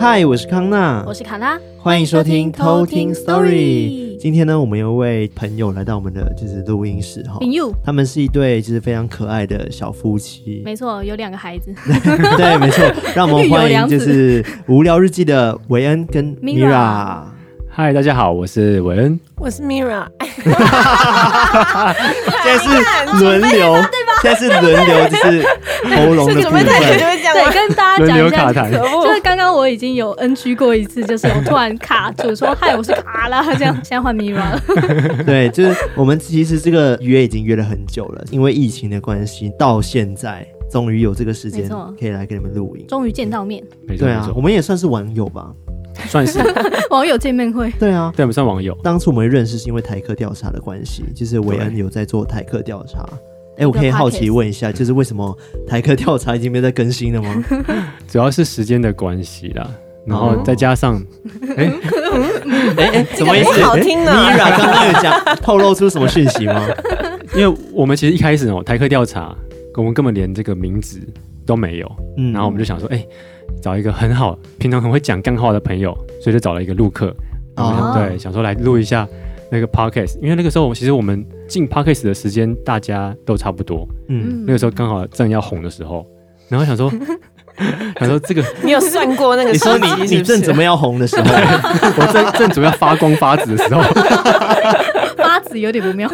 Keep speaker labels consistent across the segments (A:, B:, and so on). A: 嗨，我是康娜，
B: 我是卡拉，
A: 欢迎收听偷
B: 偷
A: 听
B: 听
A: Story。
B: Story
A: 今天呢，我们有一位朋友来到我们的就是录音室哈，
B: 林 you，
A: 他们是一对就是非常可爱的小夫妻。
B: 没错，有两个孩子，
A: 对，没错，让我们欢迎
B: 有良
A: 就
B: 子
A: 是无聊日记的韦恩跟
B: Mira
A: Mira。
C: 嗨，大家好，我是韦恩。
D: 我是 Mira，哎
A: 现在是轮流，现在是轮流， 就是喉咙的部
D: 准备太久就
A: 分。
D: 会这样
B: 对，
D: 吗？
B: 跟大家讲一下，
C: 轮流卡痰
D: 恶
B: 就是刚刚我已经有 NG 过一次，就是我突然卡住，说嗨，我是卡拉，这样，现在换 Mira 了，
A: 对，就是我们其实这个约已经约了很久了，因为疫情的关系，到现在终于有这个时间
B: 没错
A: 可以来给你们录音。
B: 终于见到面，
C: 没错
A: 对
C: 没
A: 啊，我
C: 错，
A: 们也算是网友吧。
C: 算是
B: 网友见面会，
A: 对啊，
C: 对我们算网友。
A: 当初我们认识是因为台客调查的关系，就是韦恩有在做台客调查。哎，我可以好奇
B: podcast
A: 问一下，就是为什么台客调查已经没有在更新了吗？
C: 主要是时间的关系啦，然后
A: 哦
C: 再加上
A: 哎哎，什么意
D: 不
A: 思
D: 好听呢。啊
A: ？Mira 刚刚有讲透露出什么讯息吗？
C: 因为我们其实一开始哦，台客调查，我们根本连这个名字都没有，
A: 嗯
C: 然后我们就想说，哎、找一个很好、平常很会讲干话的朋友，所以就找了一个陆客，然后
A: 哦
C: 想对，想说来录一下那个 podcast，因为那个时候其实我们进 podcast 的时间大家都差不多，
A: 嗯，
B: 嗯
C: 那个时候刚好正要红的时候，然后想说， 想说这个
D: 你有算过那个
A: 你
D: 时
A: 说
D: 机？
A: 你你正准
D: 么？
A: 备要红的时候，
C: 我正正准备要发光发紫的时候，
B: 八字有点不妙，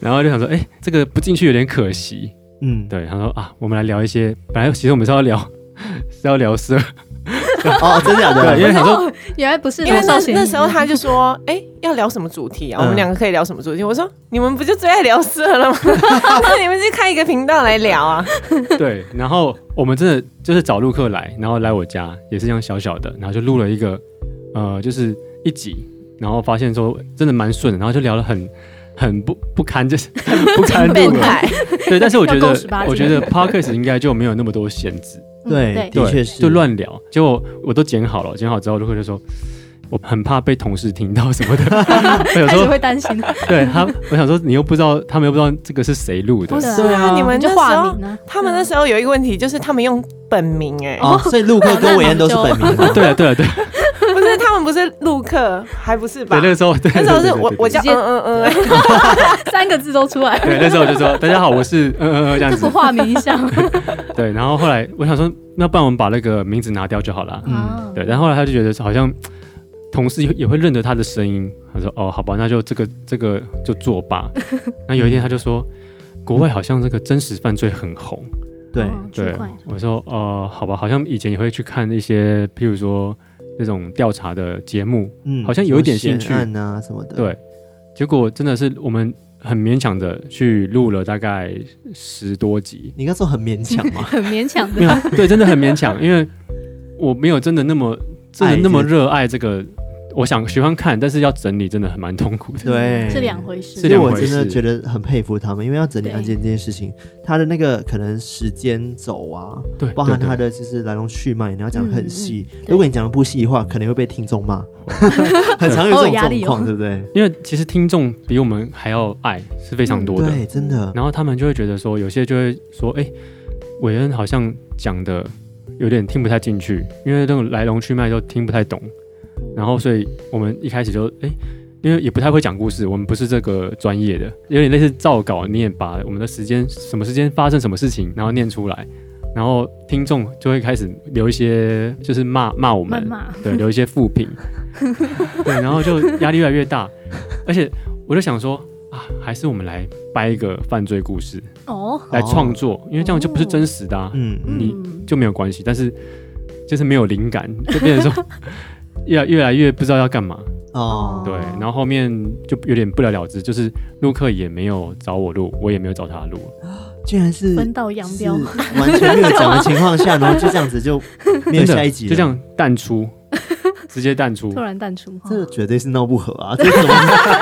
C: 然后就想说，哎、这个不进去有点可惜。
A: 嗯，
C: 对，他说啊，我们来聊一些，本来其实我们是要聊 是要聊色，
A: 哦，真的假
C: 对，因
A: 的？
C: 为想说
B: 原来不是
D: 因为
B: 多
D: 那
B: 少钱，
D: 那时候他就说，哎，要聊什么主题啊？
A: 嗯
D: 我们两个可以聊什么主题？我说你们不就最爱聊 色了吗？那你们就开一个频道来聊啊。
C: 对，然后我们真的就是找陆客来，然后来我家也是这样小小的，然后就录了一个呃，就是一集，然后发现说真的蛮顺的，然后就聊得很很不不堪， 就是不堪入
B: 很变。
C: 目
B: 态
A: 嗯
C: 对，但是我觉
B: 要够
C: 得
B: 18
C: 我觉得 podcast 应该就没有那么多限制，
B: 嗯
A: 对，
B: 对，
A: 的确
C: 对，
A: 是，
C: 就乱聊，结果我都剪好了，剪好之后陆客就说。我很怕被同事听到什么的，我想
B: 开
C: 说
B: 始会担心，
C: 对他，我想说你又不知道，他们又不知道这个是谁录的
D: 不，
B: 对
D: 是啊，你们那
B: 就
D: 时
B: 化
D: 候，
B: 名啊，
D: 他们那时候有一个问题，就是他们用本名，哎，
A: 哦，所以陆克跟韦恩都是本名吗，
C: 对啊，对啊， 对啊，
D: 不是他们不是陆克，还不是吧
C: 对，那？个时候，对
D: 那时候是我我
C: 对
D: 叫嗯嗯嗯哎，
B: 嗯三个字都出来，
C: 对，那时候我就 说大家好，我是嗯嗯嗯这样
B: 这不
C: 子，
B: 化名一下吗？
C: 对，然后后来我想说，那不然我们把那个名字拿掉就好了，
B: 哦
A: 嗯，
C: 对，然后后来他就觉得好像同事也也会认得他的声音，他说哦，好吧，那就这个这个就作 罢。那有一天他就说，国外好像这个真实犯罪很红，
A: 对，
B: 哦奇
C: 对
B: 怪，
C: 我说呃，好吧，好像以前也会去看一些，譬如说那种调查的节目，
A: 嗯，
C: 好像有一点兴趣
A: 什么悬案啊什么的，，
C: 对结果真的是我们很勉强的去录了大概十多集
A: 你刚说很勉强嘛，
B: 很勉强
C: 没
B: 的，
C: 有对，真的很勉强，因为我没有真的那么真的那么热爱这个，我想喜欢看，但是要整理真的很蛮痛苦的。
A: 对，
B: 是两回
A: 所
B: 事，
C: 是
A: 以
C: 两
A: 我
C: 回
A: 真的
C: 事
A: 觉得很佩服他们，因为要整理
B: 对
A: 案件这件事情，它的那个可能时间走啊，
C: 对，
A: 包含
C: 哎对
A: 它的就是来龙去脉，你要讲得很细。
B: 嗯对
A: 如果你讲的不细的话，可能会被听众骂， 很常有
B: 好
A: 这
B: 有
A: 种
B: 压
A: 状
B: 力哦
A: 况，对不对？
C: 对因为其实听众比我们还要爱是非常多
A: 嗯
C: 的，
A: 对，真的，
C: 然后他们就会觉得说，有些就会说，哎、韦恩好像讲的有点听不太进去，因为那种来龙去脉都听不太懂。然后，所以我们一开始就，哎、因为也不太会讲故事，我们不是这个专业的，有点类似照稿念，把呃我们的时间什么时间发生什么事情，然后念出来，然后听众就会开始留一些就是骂骂我
B: 谩
C: 们，
B: 骂，
C: 对，留一些负评，对，然后就压力越来越大，而且我就想说啊，还是我们来掰一个犯罪故事
B: 哦，
C: 来创作，因为这样就不是真实的、啊，
A: 嗯嗯
C: 你
B: 嗯，
C: 就没有关系，但是 就是没有灵感，就变成说 越来越来越不知道要干嘛，
A: 哦，
C: 对，然后后面就有点不了了之，就是陆克也没有找我录，我也没有找他录，
A: 竟然是
B: 分道扬镳，
A: 是 完全没有讲的情况下，然后就这样子就没有
C: 真的
A: 下一集了，
C: 就这样淡出，直接淡出
B: 突。然淡出，
A: 嗯
B: 哦
A: 这个绝对是闹不和啊！这怎么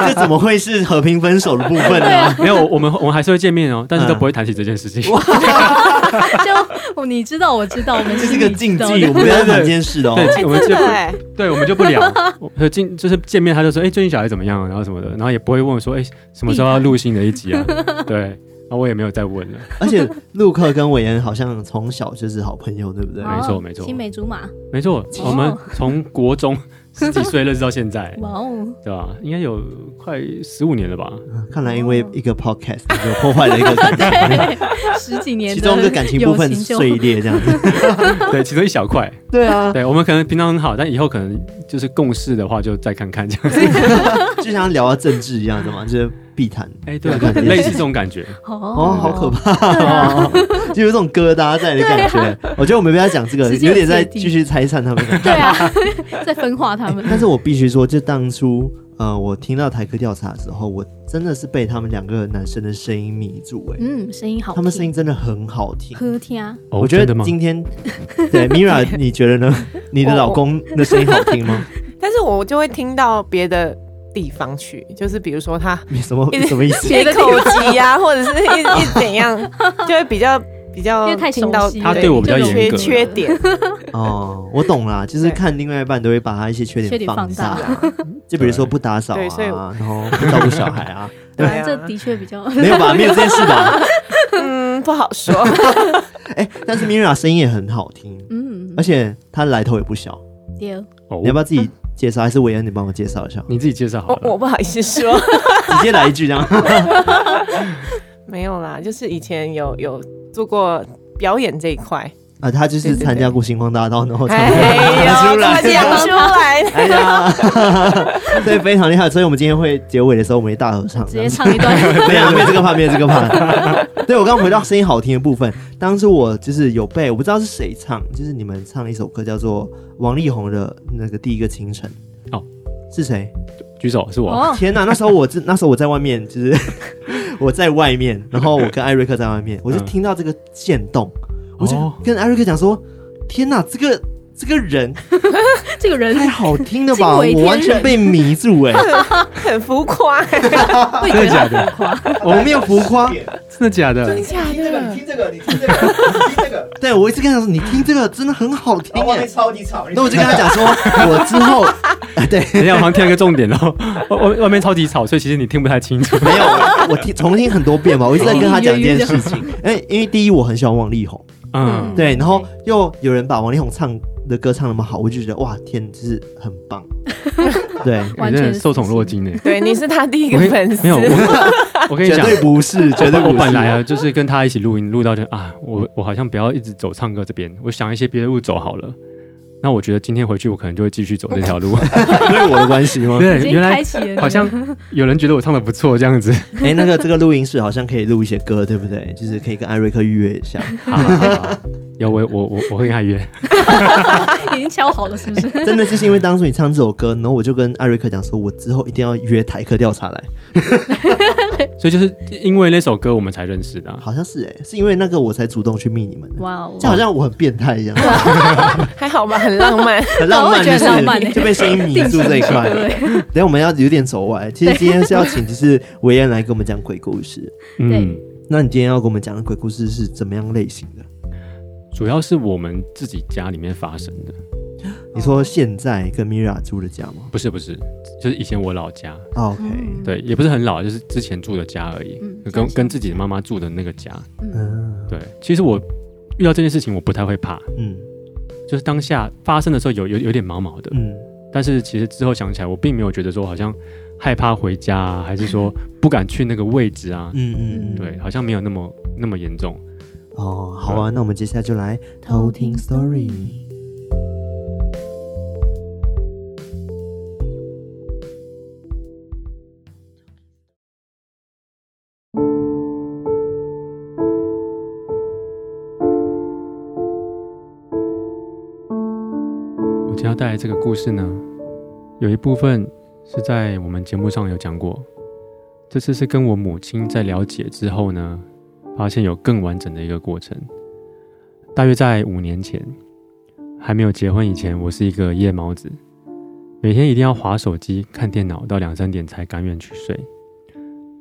A: 这怎么会是和平分手的部 分
B: 啊
A: 呢、
C: 没有，我们我们还是会见面哦，
A: 嗯
C: 但是都不会谈起这件事情。
B: 就哦你知道我 知道，我们
A: 这
B: 是
A: 是个禁忌，我们
B: 我
A: 不要谈这件事的哦。
C: 对，我们
D: 真
C: 就
D: 的
C: 不
D: 哎，
C: 对，我们就不聊。我见就是见面，他就说：“哎、最近小孩怎么样啊？”然后什么的，然后也不会问我说：“哎、什么时候要录新的一集啊？”对，然后我也没有再问了。
A: 而且陆克跟韦恩好像从小就是好朋友，对不对？
B: 哦
C: 没错没错
B: 青梅竹马，
C: 没错，我们从国中十几岁认识到现在，
B: 哇哦，
C: 对吧？应该有快十五年了吧？
A: 看来因为一个 podcast 就破坏了 一个感情，
B: 十几年
A: 其
B: 的
A: 中一个感情部分
B: 友就
A: 碎裂这样子。
C: 对，其中一小块。
A: 对啊，
C: 对，我们可能平常很好，但以后可能就是共事的话，就再看看这样子。
A: 就像聊到政治一样的嘛，就是必谈。
C: 哎、对
A: 对
C: 对
A: 对
C: 对，类似这种感觉。
A: 哦，
B: 哦
A: 好可怕、 就有一种疙瘩在的感觉。我觉得我们不要讲这个，
B: 啊直接
A: 有点在
B: 芥蒂
A: 继续拆散他们的感觉。
B: 对啊， 在分化他们，
A: 但是我必须说，就当初呃，我听到台科调查之后，我真的是被他们两个男生的声音迷住哎、
B: 嗯，声音好听，
A: 他们声音真的很好听。
B: 呵听，啊
A: 我觉
C: 哦真的
A: 得
C: 吗？
A: 今天，对 Mira，你觉得呢？你的
D: 我
A: 老公的声音好听吗？
D: 但是我就会听到别的地方去，就是比如说他
A: 你什么
D: 一直
A: 什么意思？
D: 一口 疾呀、或者是一一怎样，就会比较比较
B: 因为太熟
D: 听到
B: 悉了，
C: 他对我比较
B: 就容易
C: 严
D: 缺
C: 格啊
D: 缺点，
A: 哦，我懂啦，就是
D: 对
A: 看另外一半都会把他一些缺
B: 缺
A: 点
B: 点
A: 放
B: 放大
D: 啊
A: 大，就比如说不打扫啊，
D: 对所以
A: 然后不照顾小孩 啊，
D: 对
B: 对
D: 啊
B: 啊，这的确比较
A: 没有吧？没有这件事 吧？
D: 嗯，不好 说。
A: 哎、但是 Mira 声音也很好听，
B: 嗯
A: 而且她来头也不小。
B: 对哦
C: 哦
A: 你要不要自己
D: 嗯
A: 介绍？还是韦恩你帮我介绍 一下？
C: 你自己介绍好
D: 我
C: 了。
D: 我不好意思说，
A: 直接来一句 这样。
D: 没有啦，就是以前有有做过表演这一块，
A: 啊，他就是参加过星光大道，然后
D: 哎
A: 才
D: 呦，
A: 出
D: 这么
A: 来。
D: 讲出来，
A: 哎 呀，对，非常厉害。所以我们今天会结尾的时候，我们也大合唱。
B: 直接唱一段，
A: 没有，没有这个怕，没有这个怕。 对我刚回到声音好听的部分，当初我就是有被我不知道是谁唱，就是你们唱一首歌叫做王力宏的那个第一个清晨。
C: 哦，
A: 是谁？
C: 举手是我。
B: 哦，
A: 天哪！那时候我真，那时候我在外面， 就是我在外面，然后我跟艾瑞克在外面，我就
C: 嗯
A: 听到这个渐动，我就
C: 哦
A: 跟艾瑞克讲说：“天哪，这个这个人
B: 这个人
A: 太好听了吧！
B: 惊为天
A: 我
B: 人
A: 完全被迷住 哎、
D: 很浮夸，
B: 会觉得
C: 真的
B: 他
C: 假的
B: 浮夸，
A: 我没有浮夸。
C: 真的假的？
D: 假
E: 你听这个，你听这个，你听这个，你听 这个，
A: 对我一直跟他说：“你听这个真的很好听
E: 然后外
A: 哎、
E: 面超级吵，
A: 那我就跟他讲 说：“我之后，啊、对，
C: 等一下，我好像听了一个重点哦。 外外外面超级吵，所以其实你听不太清楚。
A: 没有，我听重听很多遍嘛，我一直在跟他讲这件事情。 因为因为第一，我很喜欢王力宏，
C: 嗯，
A: 对，然后又有人把王力宏唱的歌唱那么好，我就觉得哇，天，就是很 棒。对，
C: 你
B: 完
C: 真
B: 全
C: 的
B: 是
C: 受宠若惊呢。
D: 对，你是他第一个
C: 我跟
D: 粉丝，
C: 没有，我我跟你
A: 绝
C: 讲，
A: 对不是，绝 对
C: 我
A: 不
C: 我本
A: 是。
C: 来啊，就是跟他一起录音，录到就啊，我我好像不要一直走唱歌这边，我想一些别的路走好了。那我觉得今天回去，我可能就会继续走这条路。
A: 因为我的关系吗？
B: 已
C: 对，
B: 经
C: 原来
B: 开启了，
C: 好像有人觉得我唱的不错，这样子。
A: 哎、那个这个录音室好像可以录一些歌，对不对？就是可以跟艾瑞克预约一下。
C: 好好好有我我我我会跟他约，
B: 已经敲好了，是不是？
A: 真的就是因为当初你唱这首歌，然后我就跟艾瑞克讲说，我之后一定要约台客调查来。
C: 所以就是因为那首歌我们才认识的啊、
A: 好像是哎、是因为那个我才主动去密你们的。
B: 哇哦
A: 就，好像我很变态 一样，
D: 还好吧，很浪漫。
A: 很浪漫，
B: 我也
A: 就
B: 觉得
A: 是
B: 浪漫欸
A: 就被声音迷住这一块。
B: 对
A: 等一下我们要有点走歪。其实今天是要请就是维恩来给我们讲鬼故事。
C: 嗯
B: 对，
A: 那你今天要给我们讲的鬼故事是怎么样类型的？
C: 主要是我们自己家里面发生的，
A: 你说现在跟 Mira 住的家吗
C: 不是不是，就是以前我老家，
A: 啊？OK，
B: 嗯
C: 对，也不是很老，就是之前住的家而已，
B: 嗯
C: 跟
B: 相信
C: 跟自己的妈妈住的那个家。
A: 嗯
C: 对，其实我遇到这件事情，我不太会怕，
A: 嗯
C: 就是当下发生的时候有有有点毛毛的，
A: 嗯，
C: 但是其实之后想起来，我并没有觉得说好像害怕回家、啊，还是说不敢去那个位置啊，
A: 嗯嗯嗯，
C: 对，好像没有那么那么严重。
A: 哦，好啊，那我们接下来就来偷听 story。
C: 我今天要带来这个故事呢，有一部分是在我们节目上有讲过，这次是跟我母亲在了解之后呢，发现有更完整的一个过程。大约在五年前，还没有结婚以前，我是一个夜猫子，每天一定要划手机、看电脑到两三点才甘愿去睡。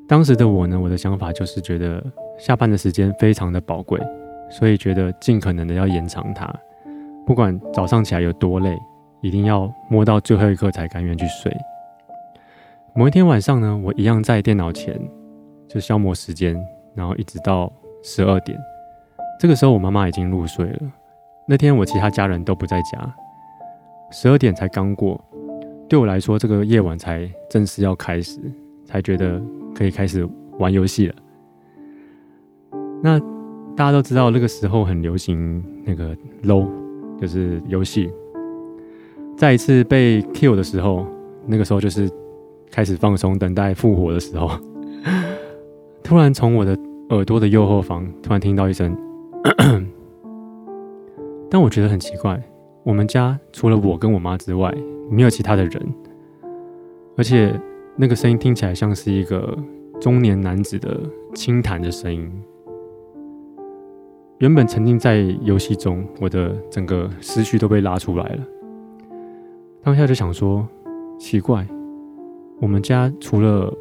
C: 当时的我呢，我的想法就是觉得下班的时间非常的宝贵，所以觉得尽可能的要延长它，不管早上起来有多累，一定要摸到最后一刻才甘愿去睡。某一天晚上呢，我一样在电脑前就消磨时间，然后一直到十二点。这个时候我妈妈已经入睡了。那天我其他家人都不在家，十二点才刚过，对我来说这个夜晚才正式要开始，才觉得可以开始玩游戏了。那大家都知道那个时候很流行那个 LO，就是游戏。再一次被 kill 的时候，那个时候就是开始放松，等待复活的时候， 突然从我的耳朵的右后方突然听到一声， 但我觉得很奇怪，我们家除了我跟我妈之外，没有其他的人，而且那个声音听起来像是一个中年男子的轻弹的声音。原本沉浸在游戏中，我的整个思绪都被拉出来了。当下就想说，奇怪，我们家除了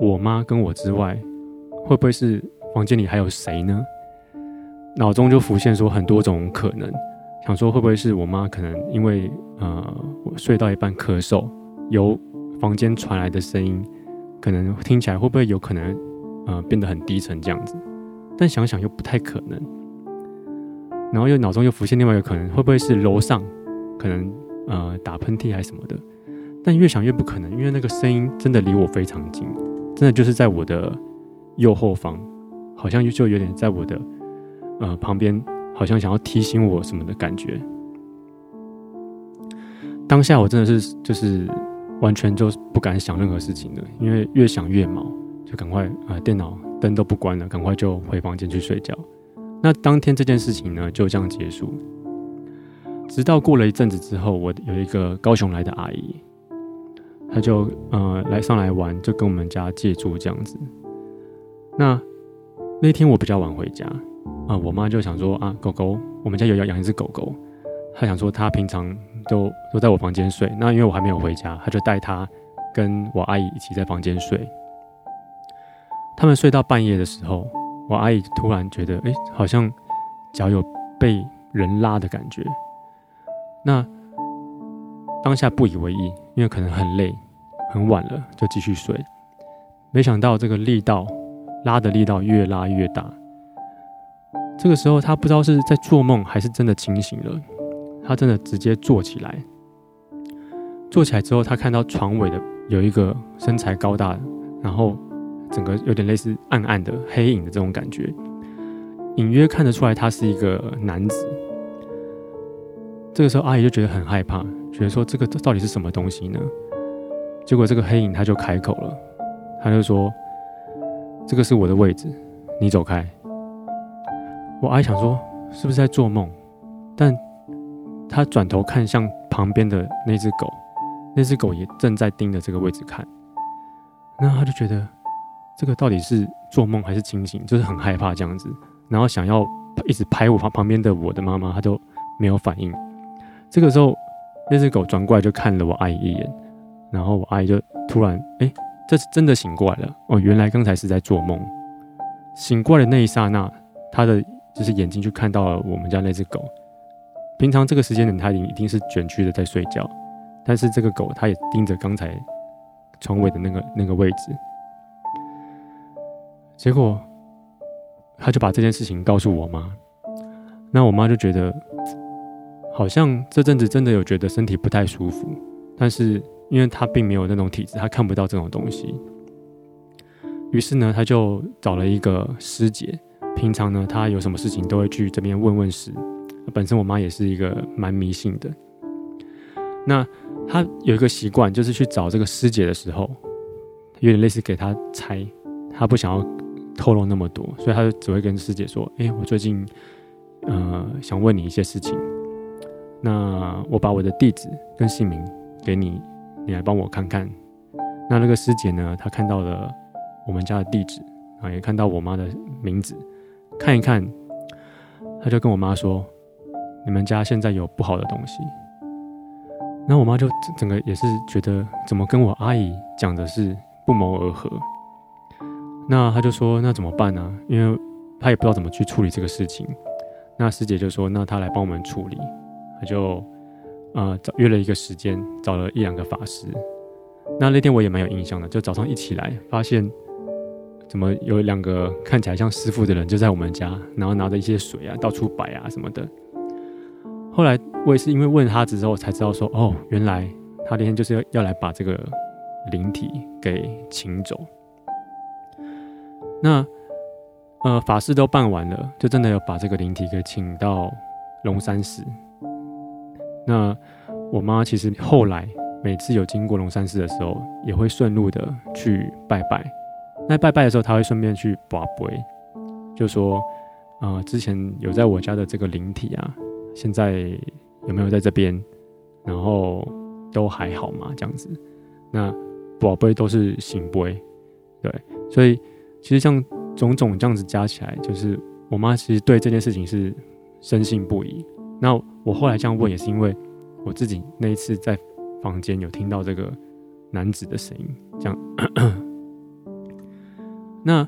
C: 我妈跟我之外，会不会是房间里还有谁呢？脑中就浮现说很多种可能，想说会不会是我妈可能因为呃我睡到一半咳嗽，由房间传来的声音，可能听起来会不会有可能呃变得很低沉这样子？但想想又不太可能，然后又脑中又浮现另外一个可能，会不会是楼上可能呃打喷嚏还是什么的？但越想越不可能，因为那个声音真的离我非常近，真的就是在我的右后方，好像就有点在我的呃旁边，好像想要提醒我什么的感觉。当下我真的是就是完全就不敢想任何事情的，因为越想越毛，就赶快呃电脑灯都不关了，赶快就回房间去睡觉。那当天这件事情呢就这样结束。直到过了一阵子之后，我有一个高雄来的阿姨，她就呃来上来玩，就跟我们家借住这样子。那那天我比较晚回家，啊，我妈就想说啊，狗狗，我们家有养养一只狗狗，她想说她平常都都在我房间睡，那因为我还没有回家，她就带她跟我阿姨一起在房间睡。他们睡到半夜的时候，我阿姨突然觉得，哎、好像脚有被人拉的感觉。那当下不以为意，因为可能很累，很晚了，就继续睡。没想到这个力道拉的力道越拉越大，这个时候，他不知道是在做梦还是真的清醒了，他真的直接坐起来。坐起来之后，他看到床尾的有一个身材高大，然后整个有点类似暗暗的黑影的这种感觉，隐约看得出来他是一个男子。这个时候，阿姨就觉得很害怕，觉得说这个到底是什么东西呢？结果这个黑影他就开口了，他就说：“这个是我的位置，你走开。”我阿姨想说是不是在做梦，但她转头看向旁边的那只狗，那只狗也正在盯着这个位置看。那她就觉得这个到底是做梦还是清醒，就是很害怕这样子，然后想要一直拍我旁旁边的我的妈妈，她都没有反应。这个时候，那只狗转过来就看了我阿姨一眼，然后我阿姨就突然哎、诶这是真的醒过来了哦，原来刚才是在做梦。醒过来的那一刹那，她的就是眼睛就看到了我们家那只狗。平常这个时间点，它已经一定是卷曲的在睡觉，但是这个狗它也盯着刚才床尾的那个那个位置。结果，他就把这件事情告诉我妈，那我妈就觉得，好像这阵子真的有觉得身体不太舒服，但是因为她并没有那种体质，她看不到这种东西。于是呢，她就找了一个师姐，平常呢，她有什么事情都会去这边问问事。本身我妈也是一个蛮迷信的，那她有一个习惯，就是去找这个师姐的时候，有点类似给她猜，她不想要透露那么多，所以她就只会跟师姐说：“诶，我最近呃想问你一些事情，那我把我的地址跟姓名给你，你来帮我看看。”那那个师姐呢，她看到了我们家的地址，啊，也看到我妈的名字，看一看，她就跟我妈说：“你们家现在有不好的东西。”然后我妈就整整个也是觉得怎么跟我阿姨讲的是不谋而合，那她就说那怎么办呢、因为她也不知道怎么去处理这个事情。那师姐就说那她来帮我们处理，她就呃找约了一个时间，找了一两个法师。那那天我也蛮有印象的，就早上一起来发现。怎么有两个看起来像师傅的人就在我们家，然后拿着一些水啊到处摆啊什么的。后来我也是因为问他之后才知道说，哦，原来他那天就是要要来把这个灵体给请走。那呃，法事都办完了，就真的有把这个灵体给请到龙山寺。那我妈其实后来每次有经过龙山寺的时候，也会顺路的去拜拜。那拜拜的时候，她会顺便去把杯，就说，呃，之前有在我家的这个灵体啊，现在有没有在这边，然后都还好嘛，这样子。那宝贝都是醒杯，对，所以其实像种种这样子加起来，就是我妈其实对这件事情是深信不疑。那我后来这样问，也是因为我自己那一次在房间有听到这个男子的声音，这样。那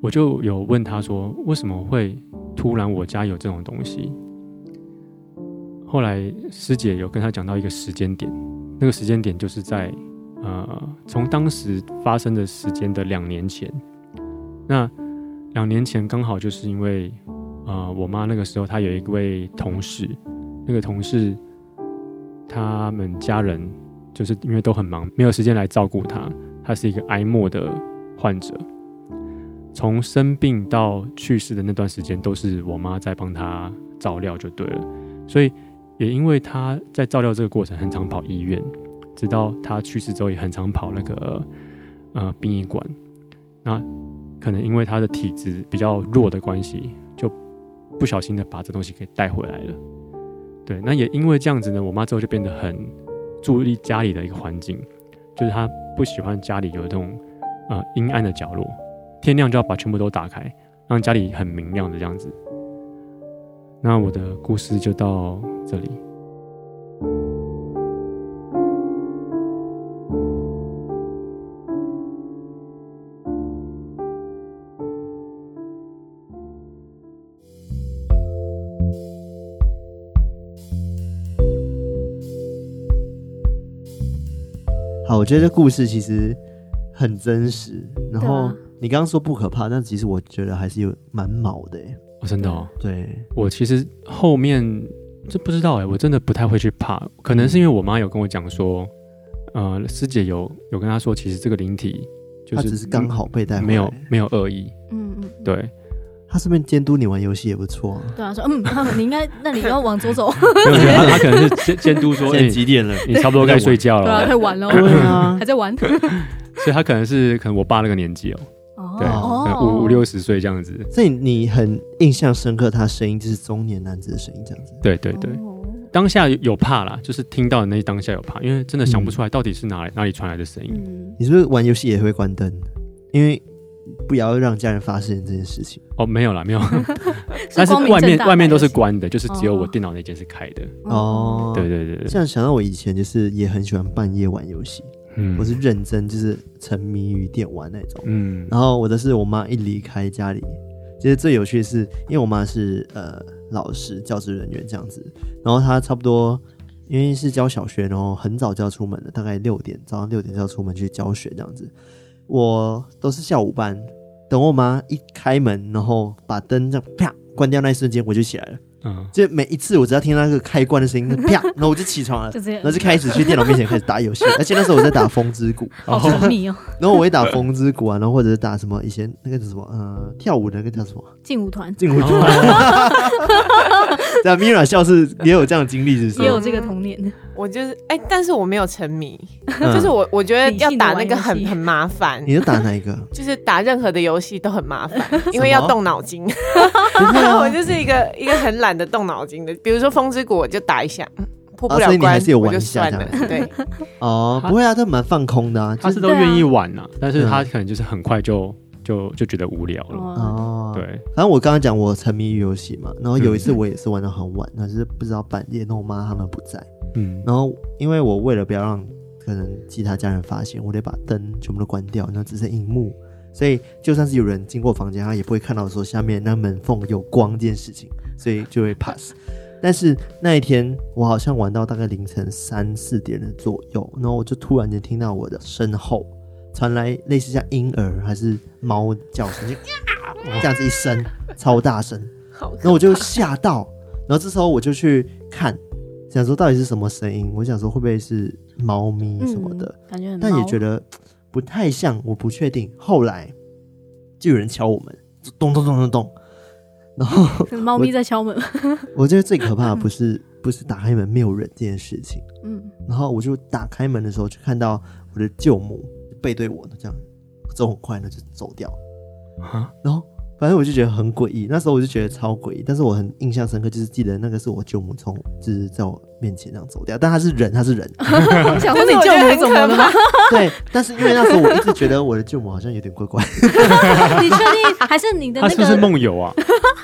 C: 我就有问他说，为什么会突然我家有这种东西？后来师姐有跟他讲到一个时间点，那个时间点就是在呃，从当时发生的时间的两年前。那两年前刚好就是因为呃，我妈那个时候她有一位同事，那个同事他们家人就是因为都很忙，没有时间来照顾她。她是一个哀默的患者，从生病到去世的那段时间，都是我妈在帮她照料就对了。所以也因为他在照料这个过程，很常跑医院，直到他去世之后，也很常跑那个呃殡仪馆。那可能因为他的体质比较弱的关系，就不小心的把这东西给带回来了。对，那也因为这样子呢，我妈之后就变得很注意家里的一个环境，就是她不喜欢家里有这种呃阴暗的角落，天亮就要把全部都打开，让家里很明亮的这样子。那我的故事就到这里。
A: 好，我觉得这故事其实很真实。然
B: 对
A: 后
B: 啊
A: 你刚刚说不可怕，但其实我觉得还是有蛮毛的欸耶。
C: 哦，真的哦，
A: 对，
C: 我其实后面这不知道哎，我真的不太会去怕，可能是因为我妈有跟我讲说，呃，师姐有有跟她说，其实这个灵体就
A: 他
C: 是
A: 只是刚好被带回来
C: 没有没有恶意，
B: 嗯嗯，
C: 对，
A: 他顺便监督你玩游戏也不错、啊。
B: 对啊，说嗯， 啊你应该，那你要往左 走，
C: 没有觉得她她可能是监监 督说，哎、
A: 点了？
C: 你差不多该 睡觉
B: 对啊，
C: 了，
B: 太晚了，
A: 对啊
B: 还，在玩，
C: 所以她可能是可能我爸那个年纪哦、对，
B: 哦
C: 可能五五六十岁这样子，
A: 所以你很印象深刻，他声音就是中年男子的声音这样子。
C: 对对
B: 哦
C: 对，当下有怕啦，就是听到的那当下有怕，因为真的想不出来
A: 嗯
C: 到底是哪里、哪里传来的声音。
B: 嗯，
A: 你是不是玩游戏也会关灯？因为不要让家人发现这件事情。
C: 哦，没有啦，没有，但是
B: 光明
C: 外面
B: 正大
C: 外面都是
B: 的
C: 关的，就是只有我
B: 哦
C: 电脑那间是开的。
B: 嗯
A: 哦，
C: 对对对
A: 这
C: 对，
A: 样想到我以前就是也很喜欢半夜玩游戏，
C: 嗯
A: 我是认真就是沉迷于电玩那种。
C: 嗯
A: 然后我的是我妈一离开家里，其实最有趣的是，因为我妈是呃老师、教职人员这样子，然后她差不多因为是教小学，然后很早就要出门了，大概六点早上六点就要出门去教学这样子。我都是下午班，等我妈一开门，然后把灯这样啪关掉那一瞬间，我就起来了。
C: 嗯，
A: 就每一次我只要听到那个开关的声音，啪，然后我就起床了
B: 就。这样
A: 然后，就开始去电脑面前开始打游戏，而且那时候我在打《风之 谷》，
B: 好沉迷哦，
A: 然后我会打风之谷啊，然后或者是打什么以前那个叫什么呃跳舞的那个叫什么
B: 劲舞团
A: 劲舞团。 对啊，Mira 笑是也有这样的经历， 是不
B: 也
A: 是？
B: 有这个童年，
C: 嗯
D: 我就是哎、但是我没有沉迷，
A: 嗯
D: 就是我我觉得
B: 理
D: 要
B: 性地
D: 打那
B: 玩
D: 个
B: 游
D: 很
B: 戏
D: 很麻烦，
A: 你是打哪一个？
D: 就是打任何的游戏都很麻烦，因为要动脑筋。
A: 不会啊
D: 我 就是一个一个很懒得动脑筋的，比如说《风之谷》，我就打一下，嗯破不
A: 啊
D: 了
A: 所以你
D: 关，
A: 还是有
D: 我
A: 玩
D: 就
A: 一下
D: 算
A: 这
D: 了
A: 样。
D: 对，
A: 哦，不会啊，这蛮放空的啊。
C: 他
A: 就是
C: 是都
B: 对啊
C: 愿意玩啦，但是他
A: 嗯
C: 可能就是很快就就就觉得无聊了。
B: 哦，
A: 哦，。
C: 对，
A: 反正我刚刚讲我沉迷于游戏嘛，然后有一次我也是玩到很晚，那就是不知道半夜，那我妈他们不在，
C: 嗯，
A: 然后因为我为了不要让可能其他家人发现，我得把灯全部都关掉，然后只剩荧幕，所以就算是有人经过房间，他也不会看到说下面那门缝有光这件事情，所以就会 pass。但是那一天我好像玩到大概凌晨三四点的左右，然后我就突然间听到我的身后传来类似像婴儿还是猫叫声，就 这样子一声超大声，
D: 好
A: 然后我就吓到，然后这时候我就去看，想说到底是什么声音，我想说会不会是猫咪什么的，
B: 嗯、感觉很
A: 但也
B: 猫
A: 觉得不太像，我不确定。后来就有人敲我们，就咚咚咚咚咚，然后
B: 可能猫咪在敲门。
A: 我觉得最可怕的不是不是打开门没有人这件事情，
B: 嗯，
A: 然后我就打开门的时候就看到我的舅母背对我的这样走很快呢就走掉。
C: 啊，
A: 然后反正我就觉得很诡异，那时候我就觉得超诡异，但是我很印象深刻，就是记得那个是我舅母从就是在我面前这样走掉，但她是人，她是 人，
B: 我想说你
D: 可是我
B: 舅
D: 觉得
B: 母
D: 很
B: 怎么
D: 可
B: 了
D: 怕
B: 吧？
A: 对，但是因为那时候我一直觉得我的舅母好像有点怪怪，
B: 你确定还是你的
C: 他
B: 那
C: 是不是
B: 个？
C: 梦游 啊？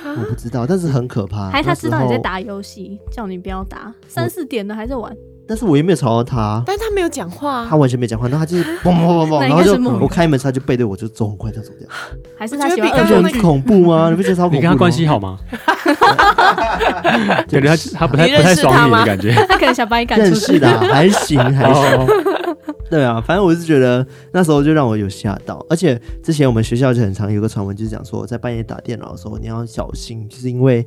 A: 我不知道，但是很可怕。
B: 还是他知道你
A: 那时
B: 在
A: 候，
B: 打游戏，叫你不要打，三四点了还在玩，
A: 但是我也没有吵到他。
D: 但他没有讲话啊
A: 他。完全没讲话，然后他就是嘣嘣嘣嘣，
B: 那
A: 然
B: 应
A: 后
B: 该是
A: 就
B: 梦
A: 我开门，他就背对我，就走很快就走掉，
B: 还是
D: 我
B: 他
D: 觉
B: 喜
D: 得
B: 欢
D: 比
A: 你不觉得
B: 恶作
D: 刚刚那
B: 剧
A: 很？恐怖吗？你不觉得超恐怖？
C: 你跟他关系，好吗？感觉他他不太
D: 你
C: 不
D: 认
C: 太
D: 识他
C: 爽你
D: 吗
C: 的感觉。
B: 他可能想把你赶
A: 啊认
B: 出去
A: 识。 的啊还行还行，
C: 哦，
A: 对啊，反正我是觉得那时候就让我有吓到，而且之前我们学校就很常有个传闻，就是讲说在半夜打电脑的时候你要小心，就是因为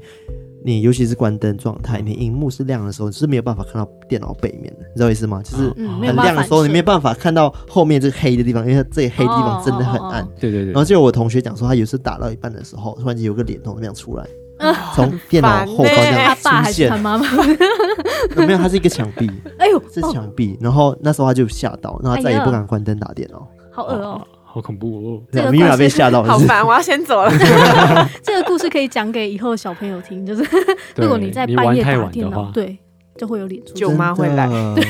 A: 你尤其是关灯状态，你荧幕是亮的时候，你是没有办法看到电脑背面的，你知道意思吗？就是
B: 嗯，没有
A: 很
B: 办法
A: 亮的
B: 反
A: 时候，你没有
B: 射。
A: 办法看到后面这个黑的地方，因为这个黑的地方真的很暗。
B: 哦哦
C: 对对对
A: 然，后就有我同学讲说，他有一次打到一半的时候，突然间有个脸从那边出来，
B: 哦
A: 从电脑后方这
B: 他
A: 样
B: 爸
A: 出
B: 还是他
A: 现，
B: 妈妈？
A: 没有，它是一个墙壁，
B: 哎呦，
A: 是
B: 哦，
A: 墙壁。然后那时候他就吓到，然后他再也
B: 哎呀
A: 不敢关灯打电脑。
B: 好恶哦！
C: 好恐怖哦！
B: 这个
A: 米娅
B: 故事
A: 被吓到了
D: 好
A: 是不是，
D: 烦，我要先走了。
B: 这个故事可以讲给以后的小朋友听，就是
C: 对
B: 如果你在
C: 你
B: 半
C: 玩
B: 夜
C: 太
B: 打
C: 晚
B: 电
C: 的
B: 脑，
C: 话，
B: 对，就会有脸出现。
D: 就舅妈会来
A: 真的。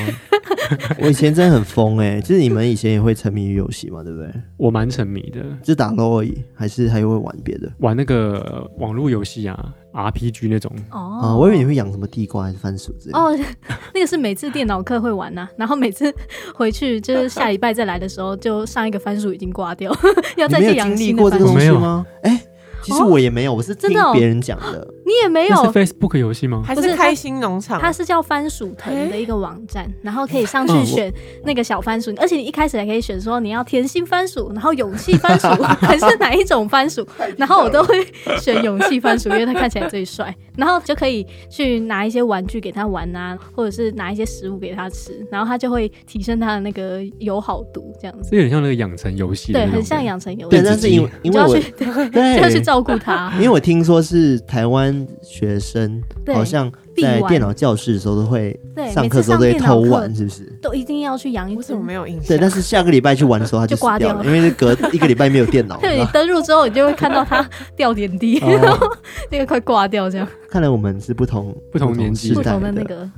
A: 我以前真的很疯哎、就是你们以前也会沉迷于游戏嘛，对不对？
C: 我蛮沉迷的，
A: 就打 LO 而已，还是还会玩别的
C: 玩那个网络游戏啊，RPG 那种。
A: 啊、
B: 哦，
A: 我以为你会养什么地瓜还是番薯之类的。
B: 哦， 那个是每次电脑课会玩呐、啊然后每次回去就是下礼拜再来的时候，就上一个番薯已经挂掉， 要
A: 你
B: 再
A: 没有
B: 去
A: 经
B: 养
A: 历
B: 新
A: 过
B: 的
A: 这
B: 番
A: 个东。西
B: 薯
C: 没有
A: 吗？哎、其实
B: 哦
A: 我也没有，我是听
B: 真的哦
A: 别人讲的。
B: 你也没
C: 那
B: 有
C: 是，Facebook 游戏吗？
D: 还
B: 不是
D: 是开心农场？
B: 它是叫番薯藤的一个网站，然后可以上
A: 嗯
B: 去选那个小番薯，而且你一开始还可以选说你要甜心番薯，然后勇气番 薯还是哪一种番薯，然后我都会选勇气番薯，因为它看起来最帅，然后就可以去拿一些玩具给它玩啊，或者是拿一些食物给它吃，然后它就会提升它的那个友好度，这样子，
C: 这有点像那个养成游戏，
B: 对，很像。养成游戏
A: 对，，但是因为因
B: 你就
A: 为
B: 要
A: 我哎
B: 去对
A: 对
B: 就要去照顾它，
A: 因为我听说是台湾学生
B: 对
A: 好像
B: 必
A: 在
B: 玩
A: 电脑教室的时候都会
B: 对，
A: 上
B: 每
A: 课的
B: 次
A: 时候
B: 上
A: 都会
B: 电脑
A: 偷
B: 课
A: 玩，是不是？
B: 都一定要去养一
D: 我
B: 只
D: 怎么。没有印
A: 对，
D: 象？
A: 但是下个礼拜去玩的时候，他就
B: 就
A: 死
B: 挂
A: 掉
B: 掉
A: 了，
B: 了
A: 因为隔 一个礼拜没有电脑。
B: 对
A: 了。
B: 你登入之后，你就会看到它 掉点滴，
C: 哦
B: 然后那个快挂掉这样，
A: 看来我们是不同
C: 不同年纪
A: 世
B: 不
A: 代
B: 同的那个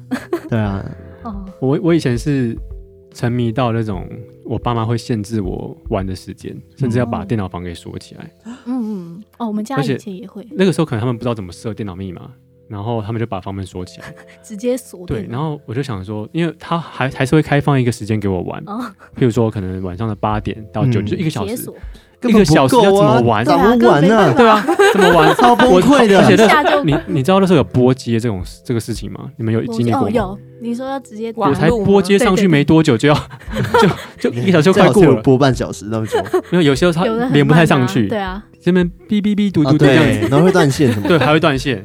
A: 对啊，
B: 哦，
C: 我我以前是沉迷到那种，我爸妈会限制我玩的时间，甚至要
B: 哦
C: 把电脑房给锁起来。
B: 嗯嗯，哦，我们家
C: 而且
B: 以前也会
C: 那个时候可能他们不知道怎么设电脑密码，然后他们就把房门锁 起来。
B: 直接锁
C: 对，
B: 定，
C: 然后我就想说，因为他还还是会开放一个时间给我玩，
B: 哦
C: 譬如说可能晚上的八点到九、
A: 嗯
C: 就一个小
B: 解
C: 时，
B: 锁，
A: 根本
C: 一个小时要
A: 不够啊
C: 怎么玩
A: 怎么玩
B: 对啊
A: 呢
B: 根本没办？法
C: 对 啊，怎么玩？
A: 超崩溃的
C: 我而且
B: 一
C: 那
B: 下就
C: 啊你你知道那时候有拨接这种这个事情吗？你们有
B: 我
C: 经历过
B: 哦，
C: 吗？
B: 有你说要直接
D: 哇
C: 我
B: 打
C: 才
D: 网路
C: 拨
D: 吗
C: 接上去
B: 对对对
C: 没多久就要 就
A: 哎
C: 就一个小时就快过了，
A: 播半小时那么 久，
C: 没有有些时候它
B: 有的很
C: 连不太
B: 慢
C: 上
B: 啊
C: 去，
B: 对啊，
C: 这边哔哔哔嘟嘟
A: 啊
C: 嘟这样
A: 对
C: 子，，
A: 然后会断线什么的。
C: 对，还会断线。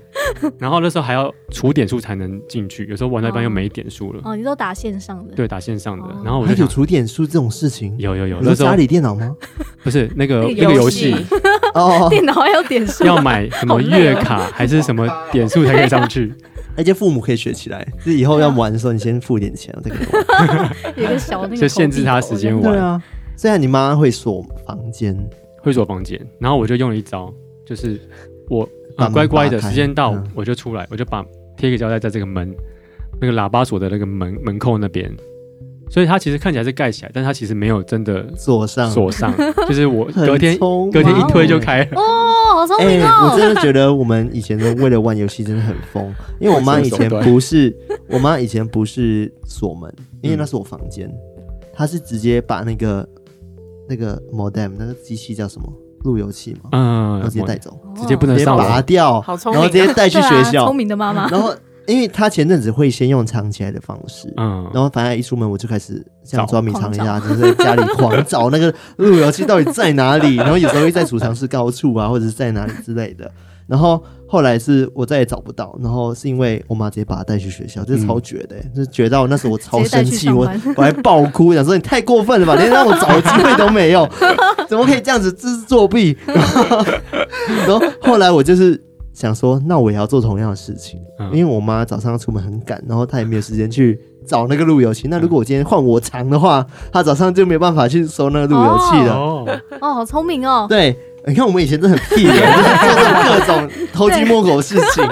C: 然后那时候还要除点数才能进去，有时候玩到一半又没点数了，
B: 哦，你都打线上的，
C: 对，打线上的
B: 哦。
C: 然后我
A: 还
C: 就
A: 有
C: 想，
A: 除点数这种事情，
C: 有有有，
A: 你
C: 那
A: 说
C: 时候
A: 家里电脑 吗？
C: 不是那个
B: 那个
C: 那个
D: 游
C: 游
D: 戏
C: 戏
A: 哦，
B: 电脑还有点数，
C: 要买什么
B: 好累
C: 月
B: 哦
C: 卡还是什么点数才可以 上去？
A: 而且父母可以学起来，就是以后要玩的时候，你先付点钱再给
C: 啊
A: 我
B: 有一个小那个
C: 就限制他
B: 投币口
C: 时间
B: 这样
A: 玩。对啊，虽然你妈会锁房间，
C: 会锁房间，然后我就用了一招，就是我、
A: 把
C: 呃、
A: 门
C: 乖乖的
A: 打开
C: 时间到、
A: 嗯
C: 我就出来，我就把贴一个胶带在这个门那个喇叭锁的那个门门扣那边，所以它其实看起来是盖起来，但它其实没有真的
A: 锁上，
C: 锁上，就是我
A: 很
C: 隔天
A: 聪明
C: 隔天一推就开了，
B: 哦，好聪
A: 哎、
B: 明哦
A: 我！真的觉得我们以前都为了玩游戏真的很 疯，因为我妈以前不是，我妈以前不是锁门，因为那是我房间，她是直接把那个那个 modem 那个机器叫什么路由器嘛，
C: 嗯
A: 然后直接带走，
B: 哦
C: 直接不
A: 直
C: 能
A: 接
C: 上
A: 拔
C: 网，
A: 掉，
D: 好聪
A: 然
D: 明啊
A: 后直接带去
B: 对啊
A: 学校
B: 聪，明的妈 妈。
A: 然后因为她前阵子会先用藏起来的方式，
C: 嗯，
A: 然后反正一出门我就开始像
C: 找
A: 抓迷藏一样，就是在家里 狂找那个路由器到底在哪里，然后有时候会在储藏室高处啊，或者是在哪里之类的。然后后来是我再也找不到，然后是因为我妈直接把她带去学校，这
C: 嗯
A: 超绝的、欸，这、绝到那时候我超
B: 直接带
A: 生
B: 去
A: 气，
B: 上
A: 我
B: 班
A: 我还爆哭，想说你太过分了吧，连让我找的机会都没 有，怎么可以这样子这是作弊？然后然后后来我就是想说，那我也要做同样的事情，
C: 嗯
A: 因为我妈早上要出门很赶，然后她也没有时间去找那个路由器。那如果我今天换我藏的话，她早上就没有办法去收那个路由器了。
C: 哦，
B: 哦，好聪明 哦！
A: 对，你看我们以前真的很屁的，就是做这种各种偷鸡摸狗的事情。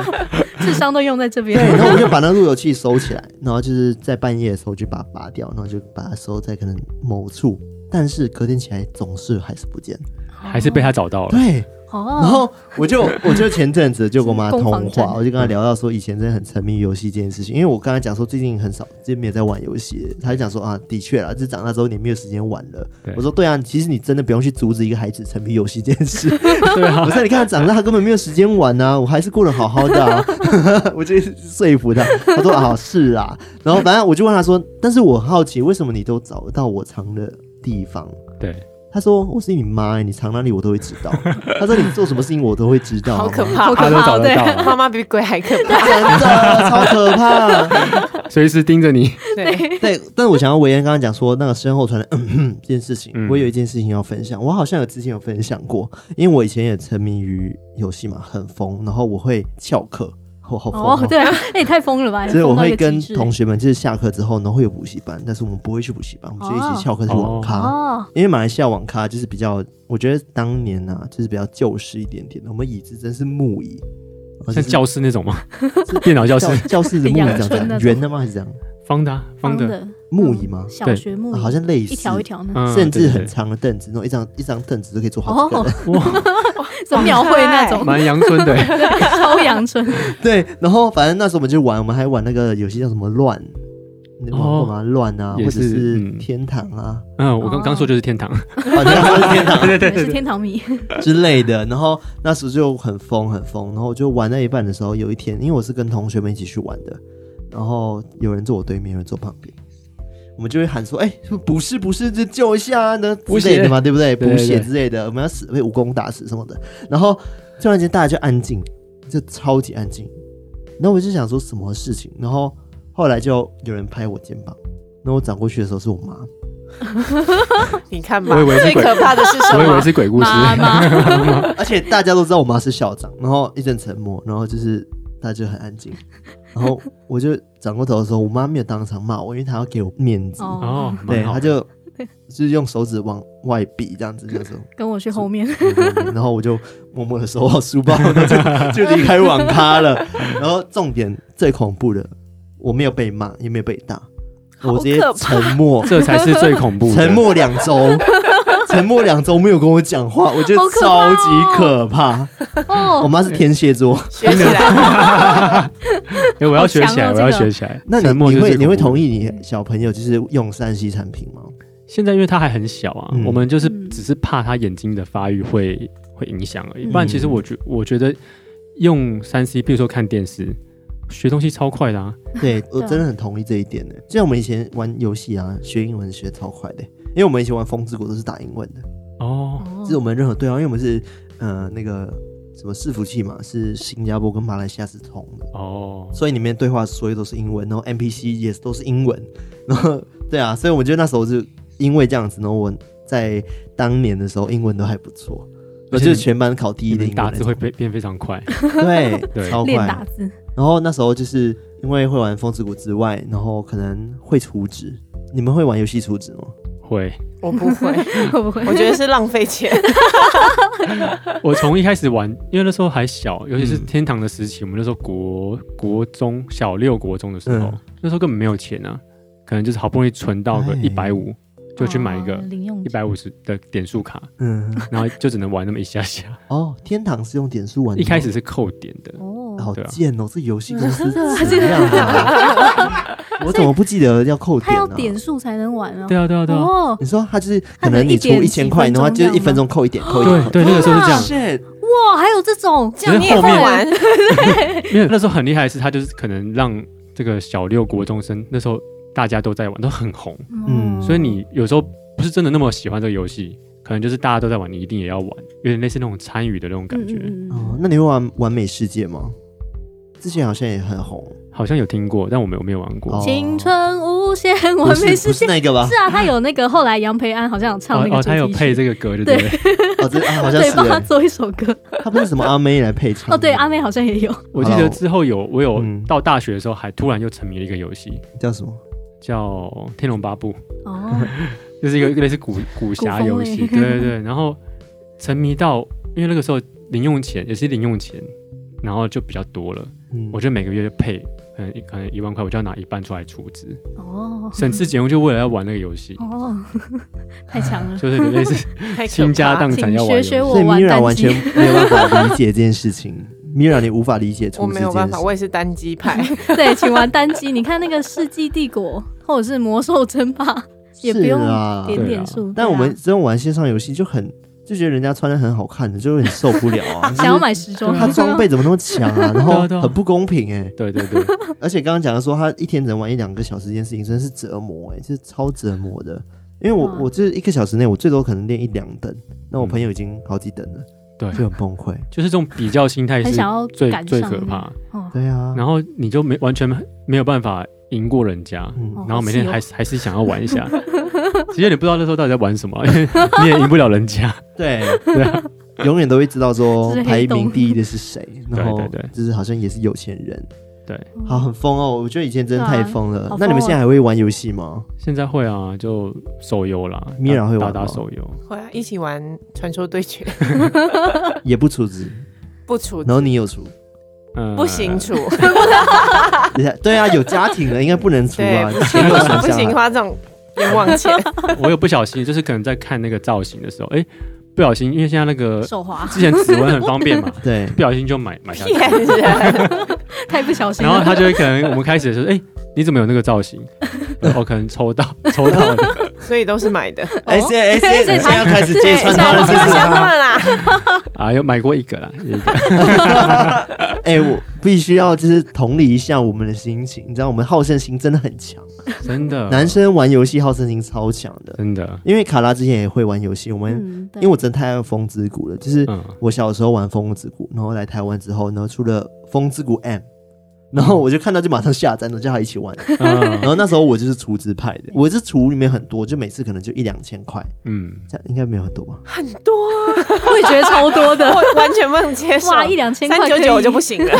B: 智商都用在这边
A: 对，。然后我就把那路由器收起来，然后就是在半夜的时候就把它拔掉，然后就把它收在可能某处。但是隔天起来总是还是不见，
C: 还是被他找到了，
A: 对，
B: 哦，
A: 然后我 就我就前阵子就跟我妈通
B: 攻防
A: 话
B: 战，
A: 我就跟她聊到说以前真的很沉迷于游戏这件事情，因为我跟她讲说最近很少，最近没有在玩游戏，她就讲说啊，的确啦，就是长大之后你没有时间玩了
C: 对。
A: 我说对啊，其实你真的不用去阻止一个孩子沉迷游 戏这件事。对啊，我说你看他长大他根本没有时间玩啊，我还是过得好好的 啊，我就说服她，她说啊是啊，然后反正我就问她说，但是我好奇为什么你都找得到我藏的地方？
C: 对，
A: 他说：“我是你妈、欸，你藏哪里我都会知 道。”他说：“你做什么事情我都会知道。”
D: 好可！
B: 好
D: 怕，
B: 可
C: 他都
B: 怕
C: 找
B: 哦，
C: 得
B: 对，
C: 到，
D: 妈妈比鬼还可怕。
A: 真的超可怕。
C: 随时盯着你，
D: 对，
A: 对，但我想要维恩刚刚讲说那个身后传的嗯哼这件事情，
C: 嗯
A: 我有一件事情要分享。我好像有之前有分享过，因为我以前也沉迷于游戏嘛，很疯，然后我会翘课，我好疯、
B: 哦，对啊，那也太疯了吧！
A: 所以我
B: 疯到一
A: 会
B: 个
A: 跟
B: 极致
A: 同学们，就是下课之后，然后会有补习班，但是我们不会去补习班，我们就一起翘课去网
C: 啊
A: 咖。
B: 哦，
A: 因为马来西亚网咖就是比较，我觉得当年呐、啊，就是比较旧式一点点的。我们椅子真是木椅，呃
C: 像
A: 就是
C: 教室那 种吗？电脑教室
A: 教教室的木椅这样
B: 很阳春
A: 子
B: 那
A: 啊，
B: 种
A: 圆的吗？还是这样？
C: 方的啊方的，
A: 木椅吗？
B: 小
C: 对
B: 学木
A: 啊
B: 椅
A: 好像类似，
B: 一条一条呢，哦
C: 嗯，
A: 甚至
C: 对
A: 很
C: 对
A: 长的凳子，那种一张一张凳子都可以坐好几个人。
B: 什么庙会那
C: 对
B: 种，
C: 蛮阳春的，
B: 超阳春。
A: 对，然后反正那时候我们就玩，我们还玩那个游戏叫什么乱，你玩过吗？乱啊，或
C: 哦也
A: 者
C: 是
A: 是
C: 嗯
A: 天堂 啊，
C: 嗯，我刚刚说就是天堂，
A: 啊，你要说是天堂
C: 对对
B: 你
C: 对
B: 是
C: 对，
B: 天堂迷，
A: 之类的。然后那时候就很疯很疯，然后我就玩到一半的时候，有一天，因为我是跟同学们一起去玩的，然后有人坐我对面，有人坐旁边。我们就会喊说：“哎、不是不是，这救一下啊，那
C: 补
A: 之
C: 血
A: 类的嘛，对不对？
C: 对对
A: 补血
C: 对
A: 之类的，我们要死被武功打死什么的。”然后突然间大家就安静，就超级安静。然后我就想说什么事情，然后后来就有人拍我肩膀，然后我转过去的时候是我妈，
D: 你看吧
C: 我以为，是
D: 最
C: 鬼
D: 可怕的是什
C: 我以为
D: 么？
C: 是鬼故事，
B: 妈妈，
A: 而且大家都知道我妈是校长，然后一阵沉默，然后就是大家就很安静，然后我就转过头的时候，我妈没有当场骂我，因为她要给我面子，
B: 哦
C: 哦，
A: 对，
C: 蛮好
A: 她就就是用手指往外比这样子， 就是。
B: 跟我去后面，
A: 然后我就默默的收好书包，然后 就就离开网咖了。然后重点最恐怖的，我没有被骂，也没有被打，我直接
D: 好可怕
A: 沉默，
C: 这才是最恐怖的，
A: 沉默两周，沉默两周没有跟我讲话，我觉得
B: 好可怕
A: 超
B: 哦
A: 级可怕。我
B: 哦，
A: 妈是天蝎座，
D: 学起来，
C: 哎，我要学起来，
B: 好强哦
C: 我要
B: 这个
C: 学起来。
A: 那你
C: 沉默
A: 你
C: 就是
A: 会你
C: 最
A: 会
C: 恐怖
A: 同意你小朋友就是用三 C 产品吗？
C: 现在因为他还很小啊，
A: 嗯
C: 我们就是
B: 嗯
C: 只是怕他眼睛的发育会会影响而已。不然
A: 嗯
C: 其实我觉我觉得用三 C，比如说看电视，学东西超快的啊。
A: 对我
B: 对啊
A: 真的很同意这一点呢。就像我们以前玩游戏啊，学英文学超快的，因为我们以前玩《风之谷》都是打英文的。
B: 嗯
C: 哦，
B: 哦
A: 就是我们任何对话，因为我们是呃那个什么伺服器嘛，是新加坡跟马来西亚是通的，
C: 哦，
A: 所以里面对话所有都是英文，然后 NPC 也都是英文， 然后对啊，所以我觉得那时候就因为这样子，然后我在当年的时候英文都还不错，我
C: 而且
A: 就是全班考第
C: 你
A: 一的
C: 们
A: 英文
C: 打字
A: 那
C: 会
A: 种
C: 变变非常快。
A: 对
C: 对
A: 超
B: 练打
A: 快。
B: 字，
A: 然后那时候就是因为会玩《风之谷》之外，然后可能会储值，你们会玩游戏储值吗？
C: 会，
D: 我不会，
C: 嗯
B: 会不会？
D: 我觉得是浪费钱。
C: 我从一开始玩， 因为那时候还小，尤其是
A: 嗯
C: 天堂的时期，我们那时候国国中小六国中的时候，
A: 嗯
C: 那时候根本没有钱啊，可能就是好不容易存到个
A: 哎
C: 一百五、就去买一个
B: 哦零用
C: 一
B: 钱
C: 百五十的点数卡，
A: 嗯，
C: 然后就只能玩那么一下下。
A: 哦，天堂是用点数玩的
C: 一
A: 吗，
C: 开始是扣点的，
B: 哦，
A: 好
C: 对啊
A: 贱哦，这游戏公司怎么样啊？我怎么不记得要扣
B: 他
A: 点
B: 要
A: 呢？
B: 点数才能玩啊
C: 对。啊，对啊，对啊，
B: 哦，
A: 你说他就是可
B: 它可能
A: 能你
B: 一
A: 出
B: 点
A: 一
B: 几
A: 千块，
B: 分
A: 然后它
B: 钟
A: 就
B: 这
A: 一
B: 样
A: 分
B: 吗
A: 钟扣一点，扣一
C: 对
A: 点。
C: 对，那个时候是这样。
A: shit，
B: 哇，还有这种，
D: 这样你也会
C: 后面
D: 玩，
C: 因为那时候很厉害的是，他就是可能让这个小六国中生那时候大家都在玩，都很红，
B: 哦
A: 嗯
C: 所以你有时候不是真的那么喜欢这个游戏，可能就是大家都在玩，你一定也要玩，有点类似那种参与的那种感觉。
B: 嗯嗯嗯
A: 哦，那你会玩《完美世界》吗？之前好像也很红，
C: 好像有听过，但我没有没有玩过。
A: 哦
B: 嗯青春无限
A: 不
B: 完
A: 是
B: 美
A: 不
B: 世
A: 是
B: 界。
A: 那个吧
B: 是？啊，他有那个后来杨培安好像有唱
C: 哦
B: 那个
C: 哦，
B: 主题曲，
C: 他有配这个歌，对不对？
A: 哦，这啊好像
B: 对，帮
A: 是
B: 他
A: 欸，
B: 做一首歌。
A: 他不是什么阿妹来配唱的。
B: 哦，对，阿妹好像也有，
C: 我记得之后有我有
A: 嗯
C: 到大学的时候，还突然又沉迷了一个游戏，
A: 叫什么？
C: 叫《天龙八部》，
B: 哦，
C: 就是一个类似古古侠游 戏，
B: 古
C: 对
B: 风类
C: 对对。然后沉迷到，因为那个时候零用钱也是零用钱，然后就比较多了，
A: 嗯
C: 我就每个月配，嗯，可能一万块，我就要拿一半出来出资，
B: 哦，
C: 省吃俭用就为了要玩那个游戏，
B: 哦， 太强了。
C: 就是类似
D: 太可
C: 倾家
D: 怕
C: 荡产
B: 请
C: 要玩游
B: 学
C: 戏
B: 学。我
A: 所以
B: 玩
A: Mira
B: 单
A: 完
B: 机
A: 全，没有办法理解这件事 情。Mira，你无法理解
D: 我
A: 充值
D: 没
A: 这
D: 有
A: 件
D: 办
A: 事
D: 法，。我也是单机派，
B: 对，请玩单机。你看那个《世纪帝国》或者是《魔兽争霸》，也不
A: 是
B: 用
A: 啊，
B: 点
C: 对啊
B: 点数。
A: 但
B: 对
A: 我
B: 啊
A: 们这种玩线上游戏就很就觉得人家穿的很好看的，就很受不了 啊。
B: 想要买时
A: 就
B: 装
A: 是，他装备怎么那么强啊？然后
C: 对啊对啊
A: 很不公平哎。
C: 对对对，
A: 而且刚刚讲的说他一天只能玩一两个小时这件事情，真的是折磨哎、欸，是超折磨的。因为我
B: 哇
A: 我就是一个小时内，我最多可能练一两等，那我朋友已经好几等了，
C: 嗯对
A: 就很崩溃。
C: 就是这种比较心态
B: 很
C: 是
B: 想要
C: 最
B: 赶
C: 最
B: 上
C: 可
B: 那
C: 怕，
B: 哦，
A: 对啊，
C: 然后你就没完全没有办法赢过人家，
A: 嗯
C: 然后每天
B: 好气哦
C: 还是还是想要 玩一下，其实你不知道那时候到底在玩什么，因为你也赢不了人家。
A: 对对啊，永远都会知道说
B: 是黑洞
A: 排名第一的是谁，然后
C: 对对对
A: 就是好像也是有钱人，
C: 对，
A: 好很疯哦。我觉得以前真的
B: 对
A: 太
B: 啊
A: 疯了。
B: 好疯哦
A: 那你们现在还会玩游戏吗？
C: 现在会啊，就手游啦，
A: 米娅
C: 打
A: 会玩
C: 打
A: 吗
C: 打手游，
D: 会啊，一起玩《传说对决》，
A: 也不出资，
D: 不处
A: 然后你有出，
C: 嗯，
D: 不行 处，
A: 等一下对啊，有家庭了应该不能出
D: 对
A: 啊，，
D: 不
A: 钱
D: 行
A: 有什么
D: 不行花这种冤枉 钱，
C: 我有不小心，就是可能在看那个造型的时候，哎，不小心，因为现在那个
B: 手滑，
C: 之前指纹很方便嘛，
A: 对，
C: 不小心就买买下去，
D: 骗人，
B: 太不小心
C: 然后
B: 了。
C: 他就会可能我们开始的时候，哎，你怎么有那个造型？我可能抽到 抽到了，
D: 所以都 是买的。
A: 哎，现在哎
B: 所
A: 现
B: 以
A: 在哎现
B: 他
A: 在要开始揭穿他
D: 对
A: 了，
D: 不
A: 是
D: 要
A: 不是
D: 想？他们啦，
C: 啊，有买过一个啦，有一个
A: 哎、我必须要就是同理一下我们的心情，你知道我们好胜心真的很强，
C: 真的
A: 男生玩游戏好胜心超强的。
C: 真的，
A: 因为卡拉之前也会玩游戏，我们、
B: 嗯，
A: 因为我真的太爱风之谷了，就是
C: 嗯，
A: 我小时候玩风之谷，然后来台湾之后，然后出了风之谷 M，然后我就看到就马上下载，然后叫他一起玩。
C: 嗯
A: 然后那时候我就是厨资派的，我是厨里面很多，就每次可能就一两千块，
C: 嗯。
A: 这样应该没有很多吧？
D: 很多啊，
B: 我也觉得超多的，
D: 我完全不能接受。
B: 哇，一两千块
D: 三
B: 可
D: 九
B: 以
D: 九我就不行了，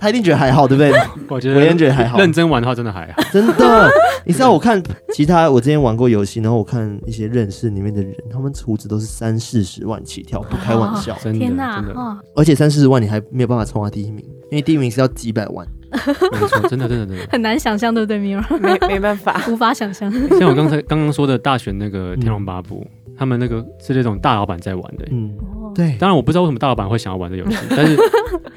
A: 他一定觉得还好，对不对？
C: 我觉
A: 我也觉得还好
C: 认真玩的话真的还好。
A: 真的，你知道我看其他，我之前玩过游戏，然后我看一些认识里面的人，他们储值都是三四十万起跳，不开玩 笑，
C: 真的
B: 天
C: 真的
B: 哦
A: 而且三四十万你还没有办法冲到第一名，因为第一名是要几百万。
C: 没错，真的真的真的。
B: 很难想象，对不对，Mira？
D: 没没办法，
B: 无法想象。
C: 像我刚才刚刚说的大学那个《天龙八部》，他们那个是那种大老板在玩的。
A: 嗯，
B: 哦
A: 对，
C: 当然我不知道为什么大老板会想要玩这 游戏，但是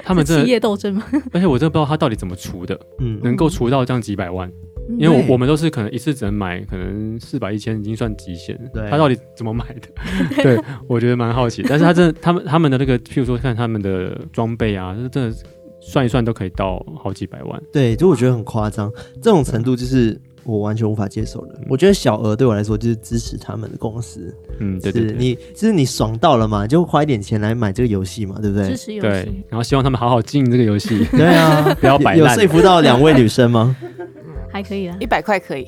C: 他们
B: 企
C: 真的，
B: 业斗争嘛，
C: 而且我真的不知道他到底怎么出的，
A: 嗯，
C: 能够出到这样几百万。
B: 嗯
C: 因为
A: 对
C: 我我们都是可能一次只能买可能四百一千已经算极限了，
A: 对
C: 他到底怎么买的？ 对，我觉得蛮好奇。但是他真的，他们他们的那个，譬如说看他们的装备啊，就是真的算一算都可以到好几百万。
A: 对，就我觉得很夸张，这种程度就是我完全无法接受的。我觉得小额对我来说就是支持他们的公司，
C: 嗯，对对
A: 是
C: 对。
A: 你就是你爽到了嘛，就花一点钱来买这个游戏嘛，对不
B: 支
A: 对？
B: 持游
C: 对
B: 戏，，
C: 然后希望他们好好经营这个游
A: ，
C: 戏
A: 对啊，
C: 不要摆
A: 有
C: 烂。
A: 说服到两位女生 吗？
B: 还可以啦
D: 一，百块可以，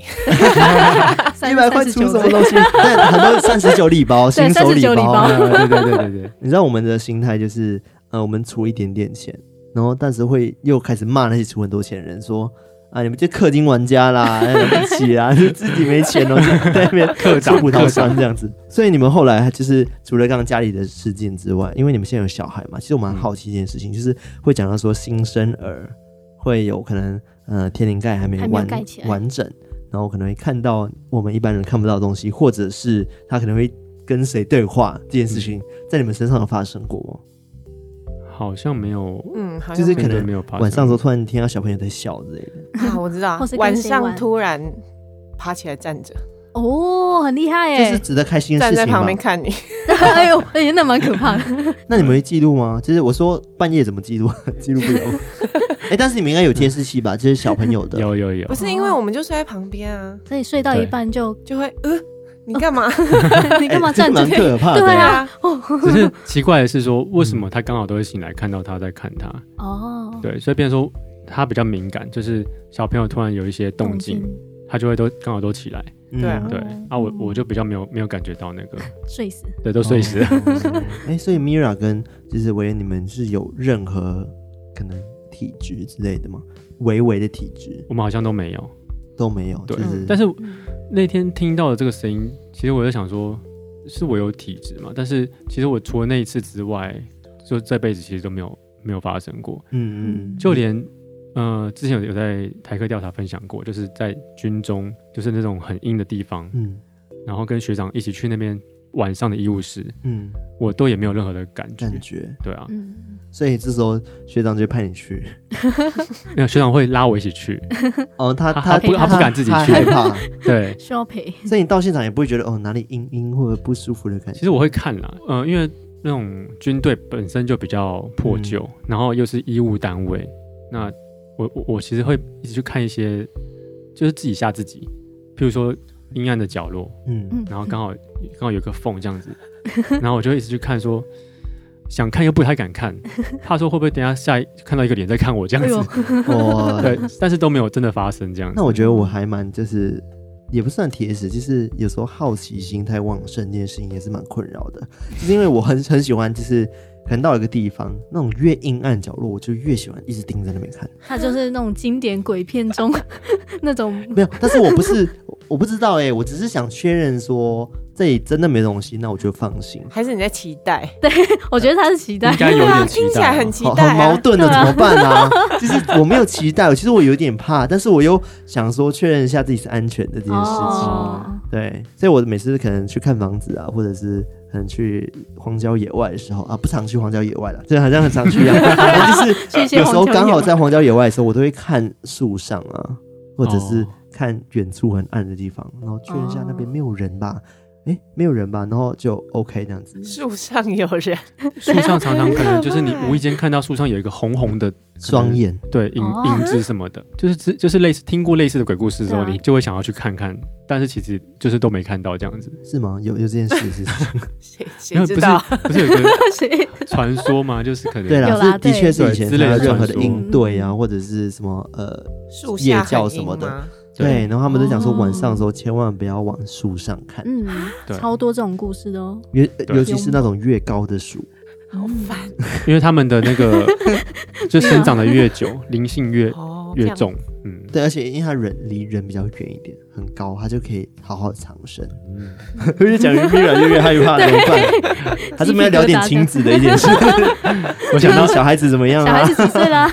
B: 三
A: 一百块
B: 39
A: 出什么
B: 左右
A: 东西？但很多三十九礼包，
B: 对
A: 新手礼
B: 39礼
A: 包
B: 包。
C: 啊对对对对对，
A: 你知道我们的心态就是，呃，我们出一点点钱，然后但是会又开始骂那些出很多钱的人说。啊！你们这氪金玩家 啦，哎了不起啊，就自己没钱哦，就在那边
C: 氪
A: 吃
C: 长
A: 葡萄
C: 氪
A: 酸
C: 长
A: 这样子。所以你们后来就是除了刚刚家里的事件之外，因为你们现在有小孩嘛，其实我
C: 嗯
A: 蛮好奇一件事情，就是会讲到说新生儿会有可能呃天灵盖还没
B: 还没有
A: 完
B: 盖起来
A: 完整，然后我可能会看到我们一般人看不到的东西，或者是他可能会跟谁对话这件事
B: 嗯
A: 情，在你们身上有发生过吗？
C: 好像没有，
D: 嗯，好像
A: 就是可
C: 面对
A: 能
C: 没有发生
A: 晚上的时候突然听到小朋友在笑之类的，
D: 啊，我知道
B: 或是，跟
D: 晚
B: 谁
D: 上
B: 玩
D: 突然爬起来站着，
B: 哦，很厉害
A: 这是
B: 哎！
A: 值得开心的
D: 站
A: 事
D: 在
A: 情
D: 旁
A: 吗啊
D: 边？看你，
B: 哎呦，哎，那蛮可 怕的。
A: 那你们会记录吗？就是我说半夜怎么记录？记录 不了。哎、但是你们应该有监视器吧？就是小朋友的。
C: 有有有
D: 不，是因为我们就睡在旁边啊，
B: 所以睡到一半就，
D: 就会呃，你干嘛？
A: 哎
B: 你干嘛
A: 这
B: 站着
A: 蛮？ 可怕的。
B: 对啊，
C: 只是奇怪的是说，为什么他刚好都会醒来看到他在看他？
B: 哦，
C: 对，所以变成说他比较敏感，就是小朋友突然有一些动静，他就会都刚好都起来。
A: 嗯
D: 对啊
C: 对啊，我我就比较没有没有感觉到那个，
B: 睡死。
C: 对，都睡死了。
A: 哦 哎、所以 Mira 跟就是维恩，你们是有任何可能体质之类的吗？微微的体质
C: 我们好像都没有。
A: 都没有，
C: 对
A: 就是
C: 但是那天听到的这个声音，其实我就想说，是我有体质嘛？但是其实我除了那一次之外，就这辈子其实都没有没有发生过。
A: 嗯嗯，
C: 就连呃，之前有有在台科调查分享过，就是在军中，就是那种很阴的地方，
A: 嗯
C: 然后跟学长一起去那边晚上的医务室，
A: 嗯
C: 我都也没有任何的感觉。
A: 感觉，
C: 对啊，
B: 嗯，
A: 所以这时候学长就派你去，
C: 那学长会拉我一起去，
A: 哦，他
C: 他
B: 不他不
C: 敢自己去
A: 害怕，
C: 对，
B: 需要陪。
A: 所以你到现场也不会觉得哦哪里阴阴或者不舒服的感
C: 其
A: 觉，
C: 实我会看啦，呃，因为那种军队本身就比较破旧，然后又是医务单位，那我我我其实会一直去看一些，就是自己吓自己，譬如说阴暗的角落，
A: 嗯
B: 嗯，
C: 然后刚好刚好有个缝这样子，然后我就一直去看说。想看又不太敢看，怕说会不会等一下下一看到一个脸在看我这样
B: 哎呦
C: 子，，
A: 哦，
C: 对，但是都没有真的发生这样
D: 啊
C: 子
A: 那。我觉得我还蛮就是，也不算铁石，就是有时候好奇心太旺盛这件事情也是蛮困扰的，就是因为我很很喜欢，就是可能到一个地方，那种越阴暗角落，我就越喜欢一直盯在那边看。
B: 他就是那种经典鬼片中 那种
A: 没有，但是我不是我不知道哎、我只是想确认说这里真的没东西，那我就放心。
D: 还是你在期待？
B: 我觉得他是期待
C: 应，该有
D: 对啊，
C: 点期待啊，
D: 听起来很期
A: 好
D: 待
A: 好
D: 啊，
A: 矛盾 的，怎么办啊？就是我没有期待，其实我有点怕，但是我又想说确认一下自己是安全的这件事情。
B: 哦，
A: 对，所以我每次可能去看房子啊，或者是可能去荒郊野外的时候啊，不常去荒郊野外了，这好像很常去一样。然后就是
B: 谢谢。
A: 有时候刚好在荒郊野外的时候，我都会看树上啊，或者是看远处很暗的地方，然后确认一下那边没有人吧。诶，没有人吧，然后就 OK 这样子，
D: 树上有人，
C: 树上常常可能就是你无意间看到树上有一个红红的
A: 双眼，
C: 对影
B: 哦
C: 影子什么的，就是之就是类似听过类似的鬼故事之后，
B: 对啊
C: 你就会想要去看看，但是其实就是都没看到这样子。
A: 是吗？有有这件事是不是，
D: 谁
C: 因
D: 谁
C: 为
D: 知
C: 不是
D: 道？
C: 不是有 一个
B: 谁
C: 传说嘛，就是可能
A: 对
B: 有
A: 啦，
B: 啦
A: 是的确是以
C: 对
A: 前
C: 之
A: 他
C: 类的
A: 任何的
C: 传说
A: 应对啊，或者是什么呃，
D: 树
A: 夜
D: 下
A: 教
D: 很
A: 什
D: 阴
A: 么的
D: 吗
A: 对，然后他们都讲说
B: 哦
A: 晚上的时候千万不要往树上看，
B: 嗯，
C: 对
B: 超多这种故事的哦。
A: 尤呃
C: 对
A: 尤其是那种越高的树，
D: 好烦
C: 因为他们的那个就 生长的越久，灵性越
D: 哦，这
C: 越
D: 样
C: 重，嗯，
A: 对，而且因为它人离人比较远一点，很高，它就可以好好藏身。嗯 越讲越越来越害 怕，怎么办？ 还是我们要聊点亲子的一件事。 我想到小孩子怎么样
B: 小孩
A: 啊？
B: 子几岁 啦？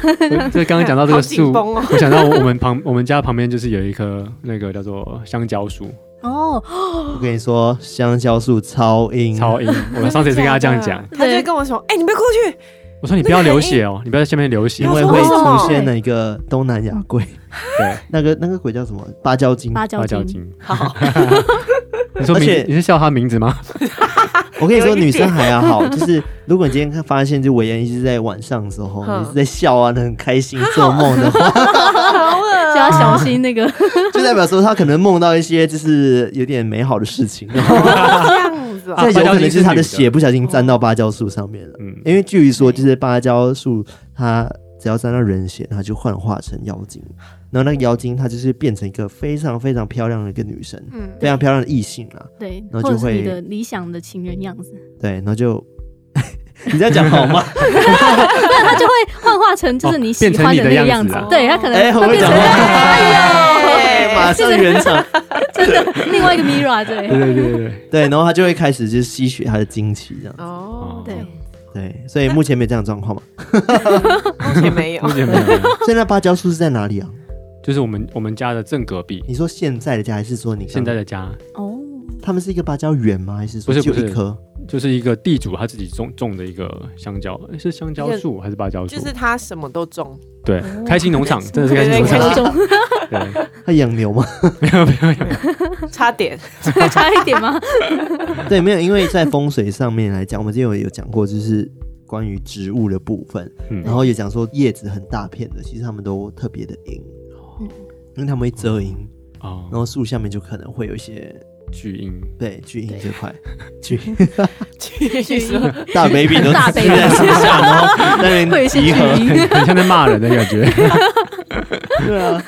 C: 就刚刚讲到这
D: 好
C: 个
D: 紧
C: 树，
D: 绷哦
C: 我想到我们旁我们家旁边就是有一棵那个叫做香蕉树，
B: 哦，
A: 我跟你说，香蕉树超阴，啊
C: 超阴。我上次也是跟他这样讲，
D: 他就会跟我说：“哎，你不要过去，
C: 我说你不要流血哦，你不要在下面流血
A: 因，为会出现那个东南亚鬼，
C: 对，
A: 那个那个鬼叫什么？芭蕉精。
B: 芭蕉
C: 八角
B: 精，
C: 精。
D: 好，
C: 你说
A: 而且
C: 名，你是笑他名字 吗？
A: 我跟你说，
D: 有一点
A: 女生还 好，就是如果你今天发现，就韦恩一直在晚上的时候，
D: 嗯
A: 你一直在笑啊，很开心做梦的话，
B: 就要小心那个。
A: 就代表说他可能梦到一些就是有点美好的事 情，然后
D: 这样子哦。
A: 这有可能就是他的
C: 芭蕉精是女
A: 血不小心沾到芭蕉树上面了。
C: 嗯，
A: 因为据说就是芭蕉树，它只要沾到人血，它就幻化成妖精，然后那个妖精它就是变成一个非常非常漂亮的一个女生，
D: 嗯，
A: 非常漂亮的异性啦。
B: 对，
A: 然后
B: 或
A: 就
B: 者是你
A: 会
B: 的理想的情人样子，
A: 对，然后就 你这样讲好 吗？
B: 他就会幻化成就是你喜欢那个样
C: 哦变成你的样子啊
B: 对他可
A: 哎，很
B: 能他
A: 会
B: 变
A: 讲
B: 成
A: 话，
D: 哎
A: 哎马上圆 场。
B: 另外一个 Mira 对。
C: 对对对对
A: 对，然后他就会开始就是吸取他的精气这样。
D: 哦，
B: 对，
A: 对，所以目 前没有这样的状况嘛。
D: 目前没 有
C: 目。前没有。
A: 现在芭蕉树是在哪里啊？
C: 就是我们我们家的正隔壁，
A: 你说现在的家还是说你刚
C: 现在的家
B: 哦，
A: 他们是一个芭蕉园吗？还是说
C: 不是
A: 就
C: 不
A: 一
C: 是
A: 棵？
C: 就是一个地主他自己种种的一个香蕉，诶是香蕉树还是芭蕉树？
D: 就是他什么都种，
C: 对，开心农场真的是开
D: 对
C: 心
D: 对，
C: 农
D: 开
C: 场，
D: 心
B: 种
C: 对，
A: 他养牛 吗？
C: 没有没有没有，
D: 差点
B: 差一点吗？
A: 对，没有，因为在风水上面来讲，我们之前有有讲过，就是关于植物的部分，
C: 嗯
A: 然后也讲说叶子很大片的，其实它们都特别的阴，
B: 嗯
A: 因为它们会遮阴，然
C: 哦，
A: 后树下面就可能会有一些
C: 巨婴，
A: 对巨阴这块，巨
D: 去
B: 巨
D: 说
B: 婴
A: 大 baby 都
B: 大
A: 是 在
B: baby
A: 树下，然后在 那
B: 会有
A: 边
B: 一些
A: 集
B: 距
A: 合，
B: 离，
C: 很像在骂人的感觉，
A: 对啊，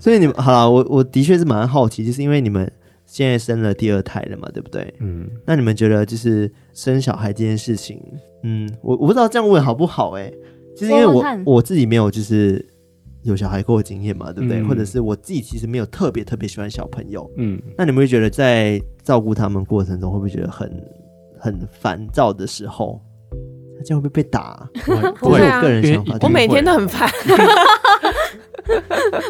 A: 所以你们好了，我我的确是蛮好奇，就是因为你们现在生了第二胎了嘛，对不对？
C: 嗯，
A: 那你们觉得就是生小孩这件事情，嗯，我我不知道这样问好不好哎、就是因为
B: 问问
A: 我
B: 看
A: 我自己没有就是有小孩过的经验嘛，对不对？
C: 嗯
A: 或者是我自己其实没有特别特别喜欢小朋友，
C: 嗯，
A: 那你们会觉得在照顾他们过程中，会不会觉得很很烦躁的时候，这样会不会被打啊、这
C: 不
A: 是
D: 会
C: 会，
D: 啊
A: 我个人
C: 因为
A: 想法
C: 一定。
A: 就
D: 我
A: 是
D: 每
A: 会
D: 天都很烦。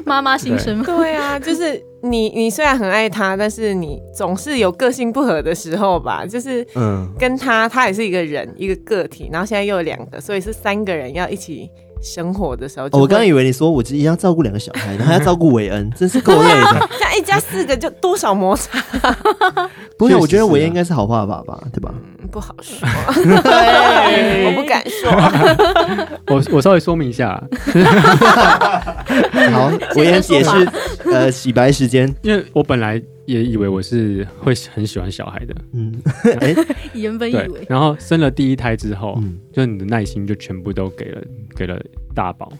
B: 妈妈心声，
D: 对啊，就是你，你虽然很爱他，但是你总是有个性不合的时候吧。就是
A: 嗯，
D: 跟他，他也是一个人，一个个体，然后现在又有两个，所以是三个人要一起生活的时候就
A: 哦
D: 会，
A: 我刚刚以为你说我一定要照顾两个小孩，然后还要照顾韦恩，真是够累 的。
D: 这样一家四个就多少摩擦，
A: 不是，我觉
C: 确实是
A: 得
C: 啊
A: 韦恩应该是好爸爸吧，对吧？
D: 嗯不好说，我不敢说。
C: 我我稍微说明一下啦，
A: 好，韦恩解释，呃，洗白时间，
C: 因为我本来也以为我是会很喜欢小孩的，
A: 嗯，哎，
B: 原本以
C: 对
B: 为，
C: 然后生了第一胎之后，
A: 嗯
C: 就你的耐心就全部都给了给了大宝，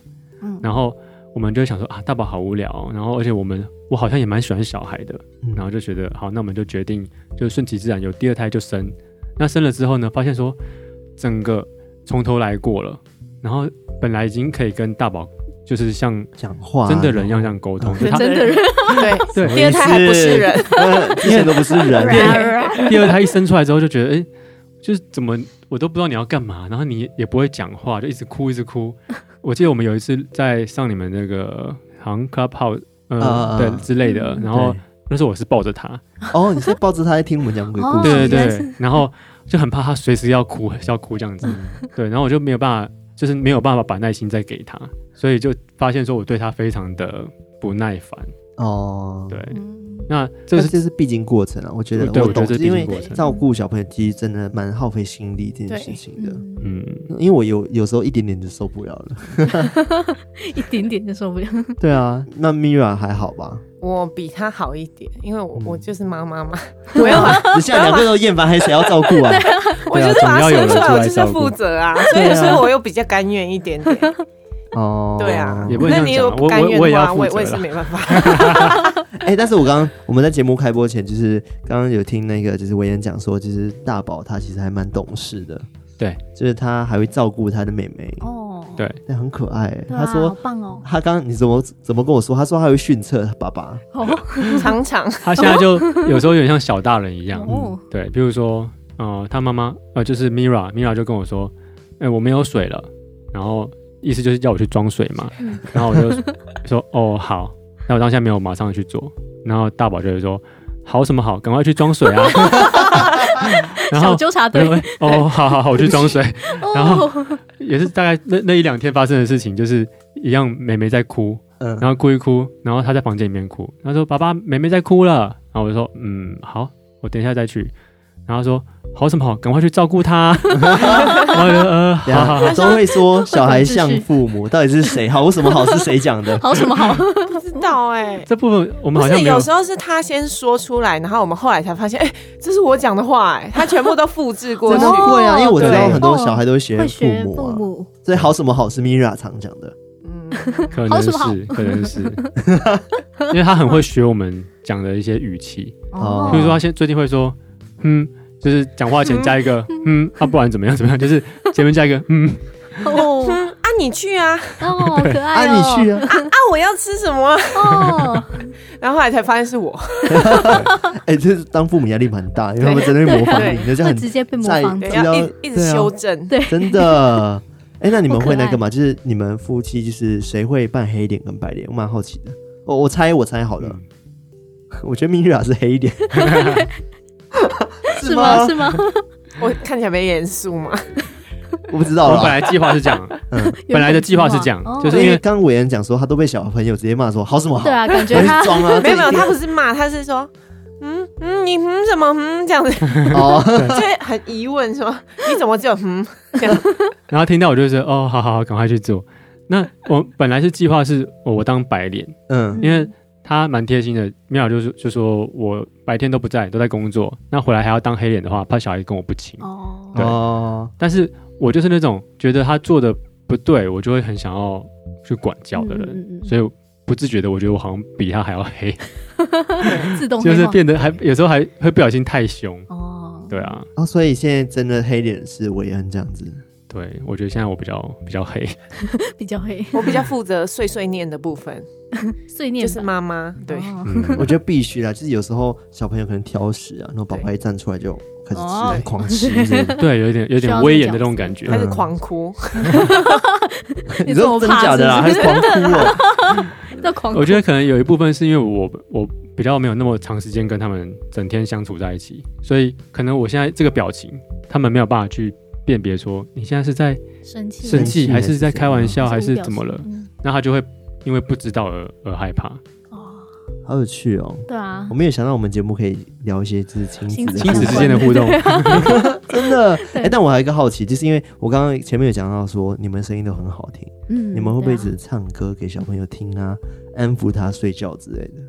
B: 嗯
C: 然后我们就想说啊，大宝好无聊哦、然后而且我们我好像也蛮喜欢小孩的，
A: 嗯
C: 然后就觉得好，那我们就决定就顺其自然，有第二胎就生。那生了之后呢，发现说整个从头来过了，然后本来已经可以跟大宝就是像
A: 讲话
C: 真的人一样这样沟 通，
A: 嗯
C: 就他
B: 真的人，
D: 对，
C: 对
D: 第二胎还不是人，啊
A: 呃之前都不是 人，
C: 第二胎一生出来之后就觉得，哎、就是怎么我都不知道你要干嘛，然后你也不会讲话，就一直哭一直哭。我记得我们有一次在上你们那个好像 Clubhouse 呃、
A: 啊
C: 对之类的，然后
A: 对
C: 那时候我是抱着他，
A: 哦，你是抱着他在听我们讲鬼故
B: 哦
A: 事，
C: 对对
B: 原来
C: 对
B: 是，
C: 然后就很怕他随时要哭要哭这 样子，对，然后我就没有办法，就是没有办法把耐心再给他，所以就发现说我对他非常的不耐烦，
A: 哦，
C: 对，
B: 嗯
C: 那这
A: 但
C: 是
A: 是这是必经过程啊，我觉得
C: 对
A: 我
C: 我觉
A: 懂
C: 得这，是
A: 因
C: 必
A: 为
C: 经过程
A: 照顾小朋友其实真的蛮耗费心力这件事情的。
B: 嗯
C: 嗯，
A: 因为我有有时候一点点就受不了 了，
B: 一点点就受不了，
A: 对啊，那 Mira 还好 吧？
D: 我比他好一点，因为我
C: 嗯
D: 我就是妈妈嘛，
A: 对啊，你现在两个都厌烦，还谁要照 顾啊？
D: 我就是把他
C: 啊总要有
D: 生
C: 人
D: 出来，
C: 出
D: 我
C: 来
D: 就是
C: 照
D: 要
C: 顾
D: 负责啊，所
A: 对
D: 以
A: 啊
D: 所以我又比较甘愿一点点。
A: 哦，
D: 对啊
C: 也不，能
D: 那
C: 这样
D: 你
C: 讲
D: 有
C: 啊我
D: 甘
C: 我
D: 愿
C: 我也
D: 的
C: 要
D: 话，
C: 负
D: 我
C: 责
D: 我也是
C: 啦
D: 没办法。
A: 哎、但是我刚刚我们在节目开播前，就是刚刚有听那个就是维恩讲说，就是大宝他其实还蛮懂事的，
C: 对，
A: 就是他还会照顾他的妹妹，
B: 哦，
C: 对
A: 但很可爱、
B: 对啊
A: 他说
B: 好棒哦，
A: 他刚你怎么怎么跟我说？他说他会训斥他爸爸，
B: 哦
D: 常常
C: 他现在就有时候有点像小大人一样，嗯
B: 哦，
C: 对，比如说，呃，他妈妈，呃，就是 Mira，Mira 就跟我说，哎、我没有水了，然后意思就是叫我去装水嘛，
B: 嗯
C: 然后我就说，哦，好，那我当下没有马上去做，然后大宝就会说，好什么好，赶快去装 水啊，然
B: 小
C: 后
B: 纠察
C: 我
B: 队
C: 就，会，哦，好好好，我去装水，然后
B: 哦，
C: 也是大概那那一两天发生的事情，就是一样，妹妹在哭，
A: 嗯，
C: 然后哭一哭，然后她在房间里面哭，她说：“爸爸，妹妹在哭了。”然后我就说：“嗯，好，我等一下再去。”然后她说：“好什么好，赶快去照顾她。” 然后我就呃，
A: 等一下
C: 好好好，
A: 啊都会说小孩像父母，到底是谁好？什么好是谁讲 的？
B: 好什么好？
D: 不知道哎、
C: 这部分我们
D: 不
C: 好像
D: 是，
C: 没
D: 有时候是他先说出来，然后我们后来才发现，哎、这是我讲的话、哎，他全部都复制过
A: 真
D: 去
A: 的。会啊，
B: 哦
A: 因为我知道
D: 对
A: 很多小孩都会学
B: 会
A: 父
B: 学
A: 母
B: 父
A: 啊，
B: 母，
A: 所以好什么好是 Mira 常讲的。
D: 嗯，
C: 可
B: 好
C: 能
B: 什么好
C: 是，可能是， 因为她很会学我们讲的一些语气，
A: 哦
C: 比如说她现最近会说，嗯，就是讲话前加一个 嗯，啊，不然怎么样怎么样，就是前面加一个 嗯，
B: 哦
D: 嗯啊，你去啊，
B: 哦，好可爱
A: 啊，
B: 哦，
A: 你去啊！
D: 啊，我要吃什么？
B: 哦，
D: 然后后来才发现是我，
A: 哎、这是当父母压力蛮大，因为他们真的会模仿
D: 对
A: 你，你就
B: 会
A: 很
B: 直接被模
A: 在
B: 仿
A: 对
D: 对，
B: 走，
D: 要一
A: 对啊
D: 一直修正。
B: 对
A: 真的。 哎、那你们
B: 好可
A: 会那
B: 爱
A: 个吗？就是你们夫妻，就是谁会扮黑脸跟白脸？我蛮好奇的。哦我我猜我猜好了，
C: 嗯
A: 我觉得蜜月啊是黑一点，
B: 是吗？是吗？
D: 我看起来没严 肃嘛，
A: 我不知道
C: 我本
A: 啦。
C: 来计划是这样，啊
B: 原
C: 本来的计划是这样
B: 计划哦
C: 就是
A: 因
C: 因
A: 为
C: 为
A: 刚刚伟人讲说他都被小朋友直接骂说好什么好，
B: 对啊，感
A: 我
B: 觉
A: 是
B: 他
A: 装啊，
D: 没有没有，
A: 这一
D: 他
A: 定
D: 不是骂，他是说，嗯嗯，你嗯怎么嗯这样子，
A: 哦，
D: 就会很疑问说你怎么只有嗯，
C: 然后听到我就说哦，好好好，赶快去做。那我本来是计划是哦我我当白脸，
A: 嗯
C: 因为他蛮贴心的，妙就是就说我白天都不在，都在工作，那回来还要当黑脸的话，怕小孩跟我不亲。
B: 哦，
C: 对
A: 哦，
C: 但是我就是那种觉得他做的不对，我就会很想要去管教的人，
B: 嗯嗯嗯
C: 所以我不自觉的，我觉得我好像比他还要 黑，
B: 自动
C: 就是
B: 黑化
C: 变得还有时候还会不小心太凶。
B: 哦，
C: 对啊，
A: 哦，所以现在真的黑脸是韦恩这样子，
C: 对，我觉得现在我比较比 较黑，
B: 比较黑，
D: 我比较负责碎碎念的部分，
B: 碎
D: 就
B: 念
D: 是
B: 吧
D: 妈妈对。
B: 哦
C: 嗯，
A: 我觉得必须啦，就是有时候小朋友可能挑食啊，然后宝宝一站出来就开始
B: 哦
A: 吃，狂吃这 样，
C: 对，有一点有一
B: 需要
C: 点
B: 这
C: 威严
B: 样
C: 的这种
B: 子
C: 感觉
D: 开，始
A: 嗯
D: 狂哭，
A: 你
B: 这
A: 说
B: 么
A: 真
B: 怕
A: 假的啦，还
B: 是
A: 是狂哭哦，
B: 那狂
C: 我觉得可能有一部分是因为我我比较没有那么长时间跟他们整天相处在一起，所以可能我现在这个表情，他们没有办法去辨别说你现在是在
B: 生气
C: 生
A: 气
C: 气还是在开玩笑还是
B: 无表
C: 怎么
B: 情
C: 了，
B: 嗯
C: 那他就会因为不知道而而害怕。
B: 哦，
A: 好有趣哦。
B: 对啊
A: 我，没有想到我们节目可以聊一些就是亲子
B: 亲
A: 的
B: 子
C: 亲子之
A: 部分
C: 间的互动，
A: 真的
B: 对
A: 哎，但我还有一个好奇，就是因为我刚刚前面有讲到说你们声音都很好听，
B: 嗯，
A: 你们会不
B: 对
A: 会
B: 啊
A: 只是唱歌给小朋友听啊，安抚他睡觉之类的？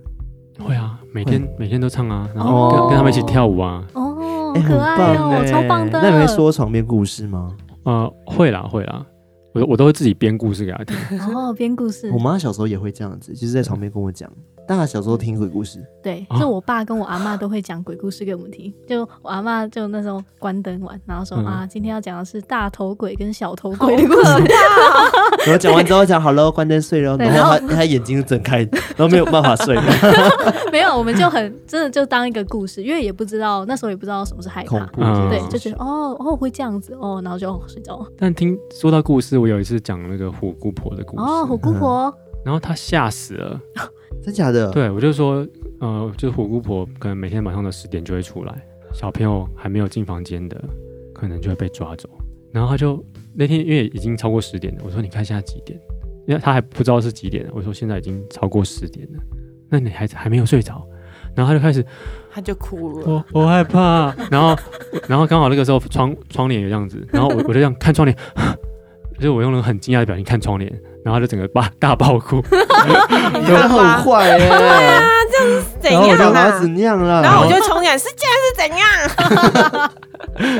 C: 会啊，每天每天都唱啊，然后
A: 哦
C: 跟跟他们一起跳舞啊，
B: 哦，
A: 哎，
B: 可
A: 很
B: 爱哦
A: 棒，
B: 超
A: 哎
B: 棒的。
A: 那你会说床边故事吗？
C: 呃，会啦会啦，我都我都会自己编故事给他听。
B: 哦，编故事
A: 我，妈小时候也会这样子，就是在床边跟我讲。但她小时候听鬼故事，
B: 对，
C: 啊
B: 就我爸跟我阿妈都会讲鬼故事给我们听。就我阿妈就那时候关灯玩，然后说
C: 嗯
B: 啊，今天要讲的是大头鬼跟小头鬼的故事。
A: 然后讲完之后讲好了，关灯睡了，
B: 对
A: 然后她她眼睛睁开，然后没有办法 睡，
B: 没有，我们就很真的就当一个故事，因为也不知道那时候也不知道什么是害
A: 恐
B: 怕，
A: 怖。
C: 嗯
B: 对，就觉得哦哦会这样子哦，然后就、哦、睡着了。
C: 但听说到故事，我有一次讲那个虎姑婆的故事，
B: 哦，虎姑婆，
C: 然后她吓死了。
A: 真假的？
C: 对，我就说，呃，就是虎姑婆可能每天晚上的十点就会出来，小朋友还没有进房间的，可能就会被抓走。然后他就那天因为已经超过十点了，我说你看现在几点？因为他还不知道是几点，我说现在已经超过十点了，那你还还没有睡着？然后他就开始，哦
D: 他就
A: 哦
D: 哭了。
C: 我我害怕。然后然后刚好那个时候窗窗帘有这样子，然后我我就这样 看窗帘，就是我用了很惊讶的表情看窗帘，然后他就整个大大爆哭。
A: 你真的很坏欸耶！
D: 怎
A: 然后我
D: 样
A: 就把
D: 啊
A: 她？怎样啦？
D: 然后我就冲进来，是这样是怎样？啊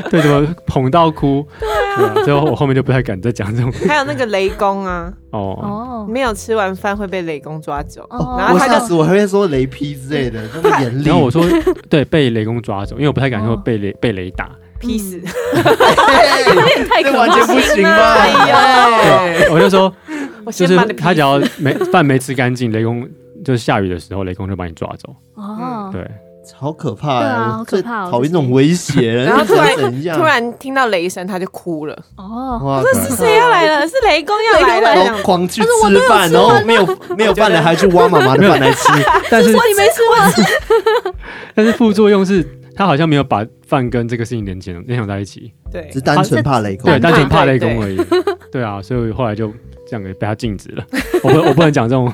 C: 对，怎么捧到哭？对啊，所以我后面就不太敢再讲这种
D: 还有那个雷公啊，
C: 哦。
B: 哦
D: 没有吃完饭会被雷公抓走。
B: 哦
D: 然后
A: 我
D: 他
A: 吓
D: 就
A: 死，我还会说雷劈之类 的，这么严厉。
C: 然后我说，对，被雷公抓走，因为我不太敢说
B: 哦
C: 被雷被雷打。
D: 劈死，啊
A: 嘿
B: 太可
A: 这
B: 怕
A: 完全不行吧？
D: 哎呀，
C: 啊我就说，
D: 我
C: 就
D: 先
C: 是
D: 把你劈
C: 他只
D: 死。
C: 要没饭没吃干净，雷公就是下雨的时候，雷公就把你抓走。
B: 哦，
C: 嗯对，
A: 好可怕耶！
B: 对啊好
A: 我最
B: 可怕哦
A: 讨厌这种威胁。
D: 然后突然
A: 你想嗯怎样？
D: 突然听到雷声，他就哭了。
B: 哦，
A: 哇，这是
D: 谁要来了？是雷公要来了。这
A: 然
D: 样
A: 后狂去吃饭，然后没有
B: 啊
A: 没有饭了，还去挖妈妈的饭来吃。
C: 但是
B: 你没吃完，
C: 但是副作用是，他好像没有把饭跟这个事情连接联想在一起，
D: 对
A: 只，是单纯怕雷公
C: 对，
B: 很怕
C: 单纯怕雷公而已。 对啊，所以后来就这样给被他禁止了。我不我不能讲这种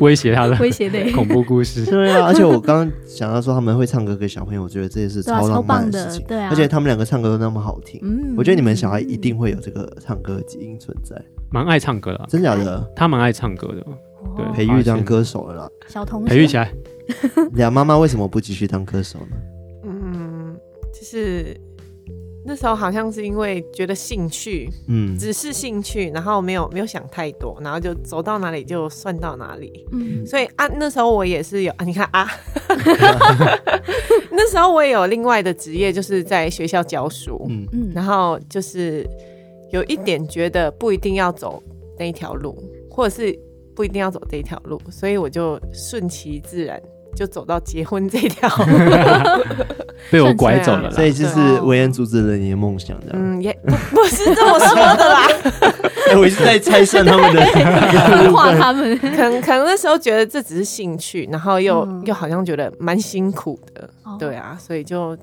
C: 威胁他的
B: 威胁的。啊
C: 恐怖故事。
A: 对啊，而且我刚刚想到说他们会唱歌给小朋友，我觉得这也是
B: 对啊， 超
A: 浪漫
B: 棒
A: 的事
B: 的，
A: 情。
B: 对啊，
A: 而且他们两个唱歌都那么好听，
B: 嗯
A: 我觉得你们小孩一定会有这个唱歌基因存在，
C: 蛮爱唱歌的啊，
A: 真假的？
C: 他蛮爱唱歌的，对
B: 哦
A: 培育当歌手了 啦，
B: 小同
C: 培育
B: 学
C: 起来。
A: 俩妈妈为什么不继续当歌手呢？
D: 嗯，就是那时候好像是因为觉得兴趣，
A: 嗯，
D: 只是兴趣，然后没有没有想太多，然后就走到哪里就算到哪里。
B: 嗯，
D: 所以啊，那时候我也是有啊，你看啊，那时候我也有另外的职业，就是在学校教书，
A: 嗯
B: 嗯
D: 然后就是有一点觉得不一定要走那一条路，或者是不一定要走这一条路，所以我就顺其自然，就走到结婚这条，
C: 被
A: 啊
C: 我拐走了
A: 所
C: 啦。
A: 以就是维恩阻止了你的梦想，这样。
D: 啊嗯，也不不是这么说的啦，
A: 哎 我一 直在拆散他们的
B: 分化他们。
D: 可能可能那时候觉得这只是兴趣，然后又、
B: 嗯
D: 又好像觉得蛮辛苦的，
B: 哦
D: 对啊，所以就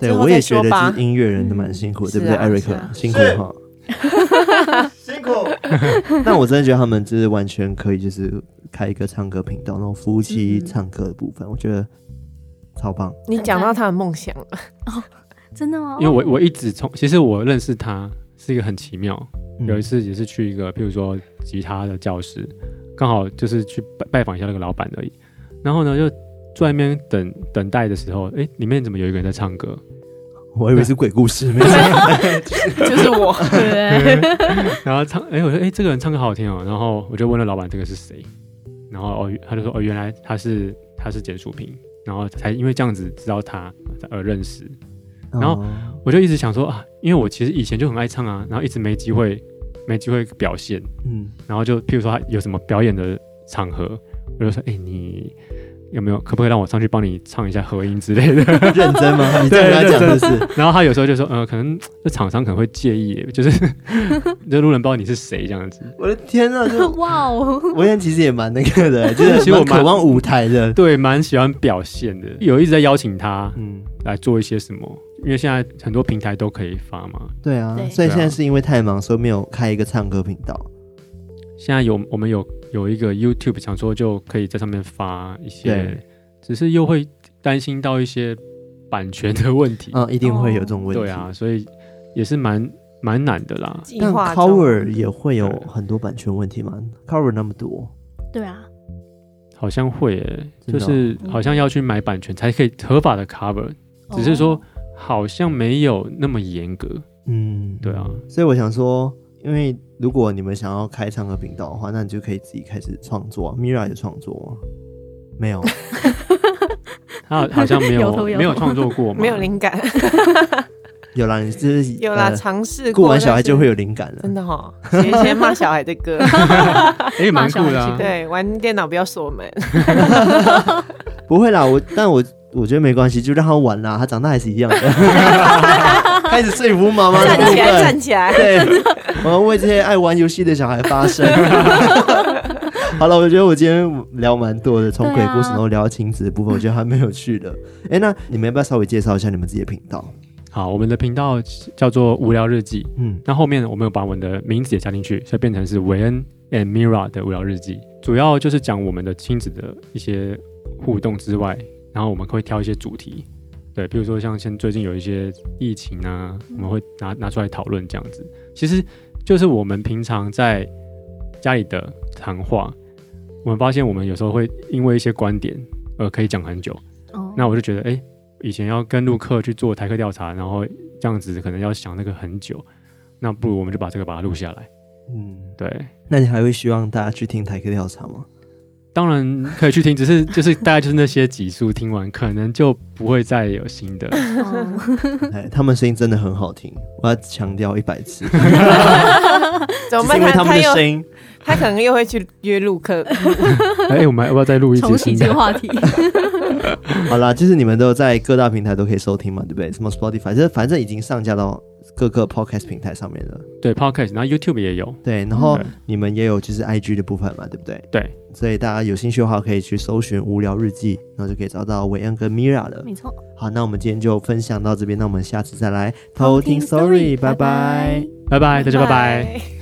A: 对，
D: 之后
A: 我也
D: 再
A: 觉
D: 说
A: 得
D: 吧
A: 就是音乐人都蛮辛苦，对不对，
D: 是啊
A: 艾瑞克
D: 是啊
A: 辛苦
E: 是
A: 哈。
E: 辛苦。
A: 但我真的觉得他们就是完全可以，就是开一个唱歌频道，然后夫妻
D: 嗯
A: 唱歌的部分，我觉得超棒。
D: 你讲到他的梦想了，
B: 真的吗？哦
C: 因为我我一直从，其实我认识他是一个很奇妙，
A: 嗯
C: 有一次也是去一个，譬如说吉他的教室，刚好就是去拜拜访一下那个老板而已。然后呢，就坐在那边等等待的时候，哎，里面怎么有一个人在唱歌？
A: 我以为是鬼故事，没 有。
D: 就是我，
B: 对，
C: 然后唱，哎，我说，哎，这个人唱歌好好听哦。然后我就问了老板这个是谁，然后哦，他就说，哦，原来他是他是简淑萍，然后才因为这样子知道他而认识。然后
A: 哦
C: 我就一直想说啊，因为我其实以前就很爱唱啊，然后一直没机会，没机会表现。
A: 嗯，
C: 然后就譬如说他有什么表演的场合，我就说，哎、你有没有可不可以让我上去帮你唱一下合音之类的？
A: 认真吗？你这样跟他讲就是，
C: 然后他有时候就说，呃，可能这厂商可能会介意，就是 这路人不知道你是谁这样子。
A: 我的天啊！就
B: 哇哦，
A: 维恩其实也蛮那个 的，就是
C: 其实我
A: 蛮渴
C: 蛮
A: 望舞台的。
C: 对，蛮喜欢表现的，有一直在邀请他
A: 嗯，
C: 来做一些什么，因为现在很多平台都可以发嘛。
A: 对啊，
B: 对
A: 所以现
C: 对
A: 在
C: 啊
A: 是因为太忙，所以没有开一个唱歌频道。
C: 现在有我们有有一个 YouTube，想说就可以在上面发一些
A: 对，
C: 只是又会担心到一些版权的问题。
A: 嗯，一定会有这
D: 哦
A: 种问题。
C: 啊对啊，所以也是蛮蛮难的啦。
D: 计
A: 但
D: 划
A: cover 也会有
C: 对
A: 很多版权问题嘛？cover 那么多，
B: 对啊，
C: 好像会、欸，
A: 真的
C: 就
A: 哦
C: 是好像要去买版权才可以合法的 cover，只是说好像没有那么严格。
A: 嗯，
C: 对啊，
A: 所以我想说，因为如果你们想要开唱歌频道的话，那你就可以自己开始创作、啊。Mira 有创作吗？没 有，
C: 他好像没
B: 有
C: 有
B: 头有头
C: 没有创作过嘛，
D: 没有灵感，
A: 有啦，你就是
D: 有啦，
A: 呃
D: 尝试
A: 顾完小孩就会
D: 有，
A: 有灵感了
D: 真。的哈、哦，写一些骂小孩的歌，
C: 哎，蛮酷的、
B: 骂小孩
C: 啊
B: 子。
D: 对，玩电脑不要 锁门，
A: 不会啦，我但我我觉得没关系，就让他玩啦，他长大还是一样 的。 开始说服妈妈的
D: 站
A: 部
D: 起来，站
A: 分，
D: 起来，
A: 对，我要为这些爱玩游戏的小孩发 声。好了，我觉得我今天聊蛮多的，从鬼故事
B: 对啊
A: 然后聊到亲子的部分，我觉得还蛮有趣的。哎、那你们要不要稍微介绍一下你们自己的频道？
C: 好，我们的频道叫做无聊日记，
A: 嗯，
C: 那后面我们有把我们的名字也加进去，所以变成是韦恩 and Mira 的无聊日记，主要就是讲我们的亲子的一些互动之外，然后我们会挑一些主题，对，比如说像现最近有一些疫情啊，我们会拿拿出来讨论这样子，其实就是我们平常在家里的谈话，我们发现我们有时候会因为一些观点，呃，可以讲很久，
B: 哦，
C: 那我就觉得，哎、以前要跟陆客去做台客调查，然后这样子可能要想那个很久，那不如我们就把这个把它录下来。
A: 嗯，
C: 对，
A: 那你还会希望大家去听台客调查吗？
C: 当然可以去听，只是就是大概就是那些集数听完，可能就不会再有新 的。
B: 哦
A: 哎，他们声音真的很好听，我要强调一百 次，
D: 怎么
A: 是
D: 办？
A: 因为他们
D: 他
A: 的
D: 又
A: 声音。
D: 他可能又会去约录课，
C: 哎、我们还要不要再录一集
B: 重启
C: 新
B: 这个
C: 的？
B: 话题，
A: 好啦，就是你们都在各大平台都可以收听嘛，对不对？什么 Spotify，这反正已经上架到各个 Podcast 平台上面了。
C: 对，Podcast，然后 YouTube 也有。
A: 对，然后
C: 嗯
A: 你们也有就是 IG 的部分嘛，对不对？
C: 对，
A: 所以大家有兴趣的话，可以去搜寻“无聊日记”，然后就可以找到韦恩跟 Mira 了。
B: 没错。
A: 好，那我们今天就分 享到这边，那我们下次再来偷听 Story，拜拜。
C: 拜拜，大家拜拜。
D: 嗯拜。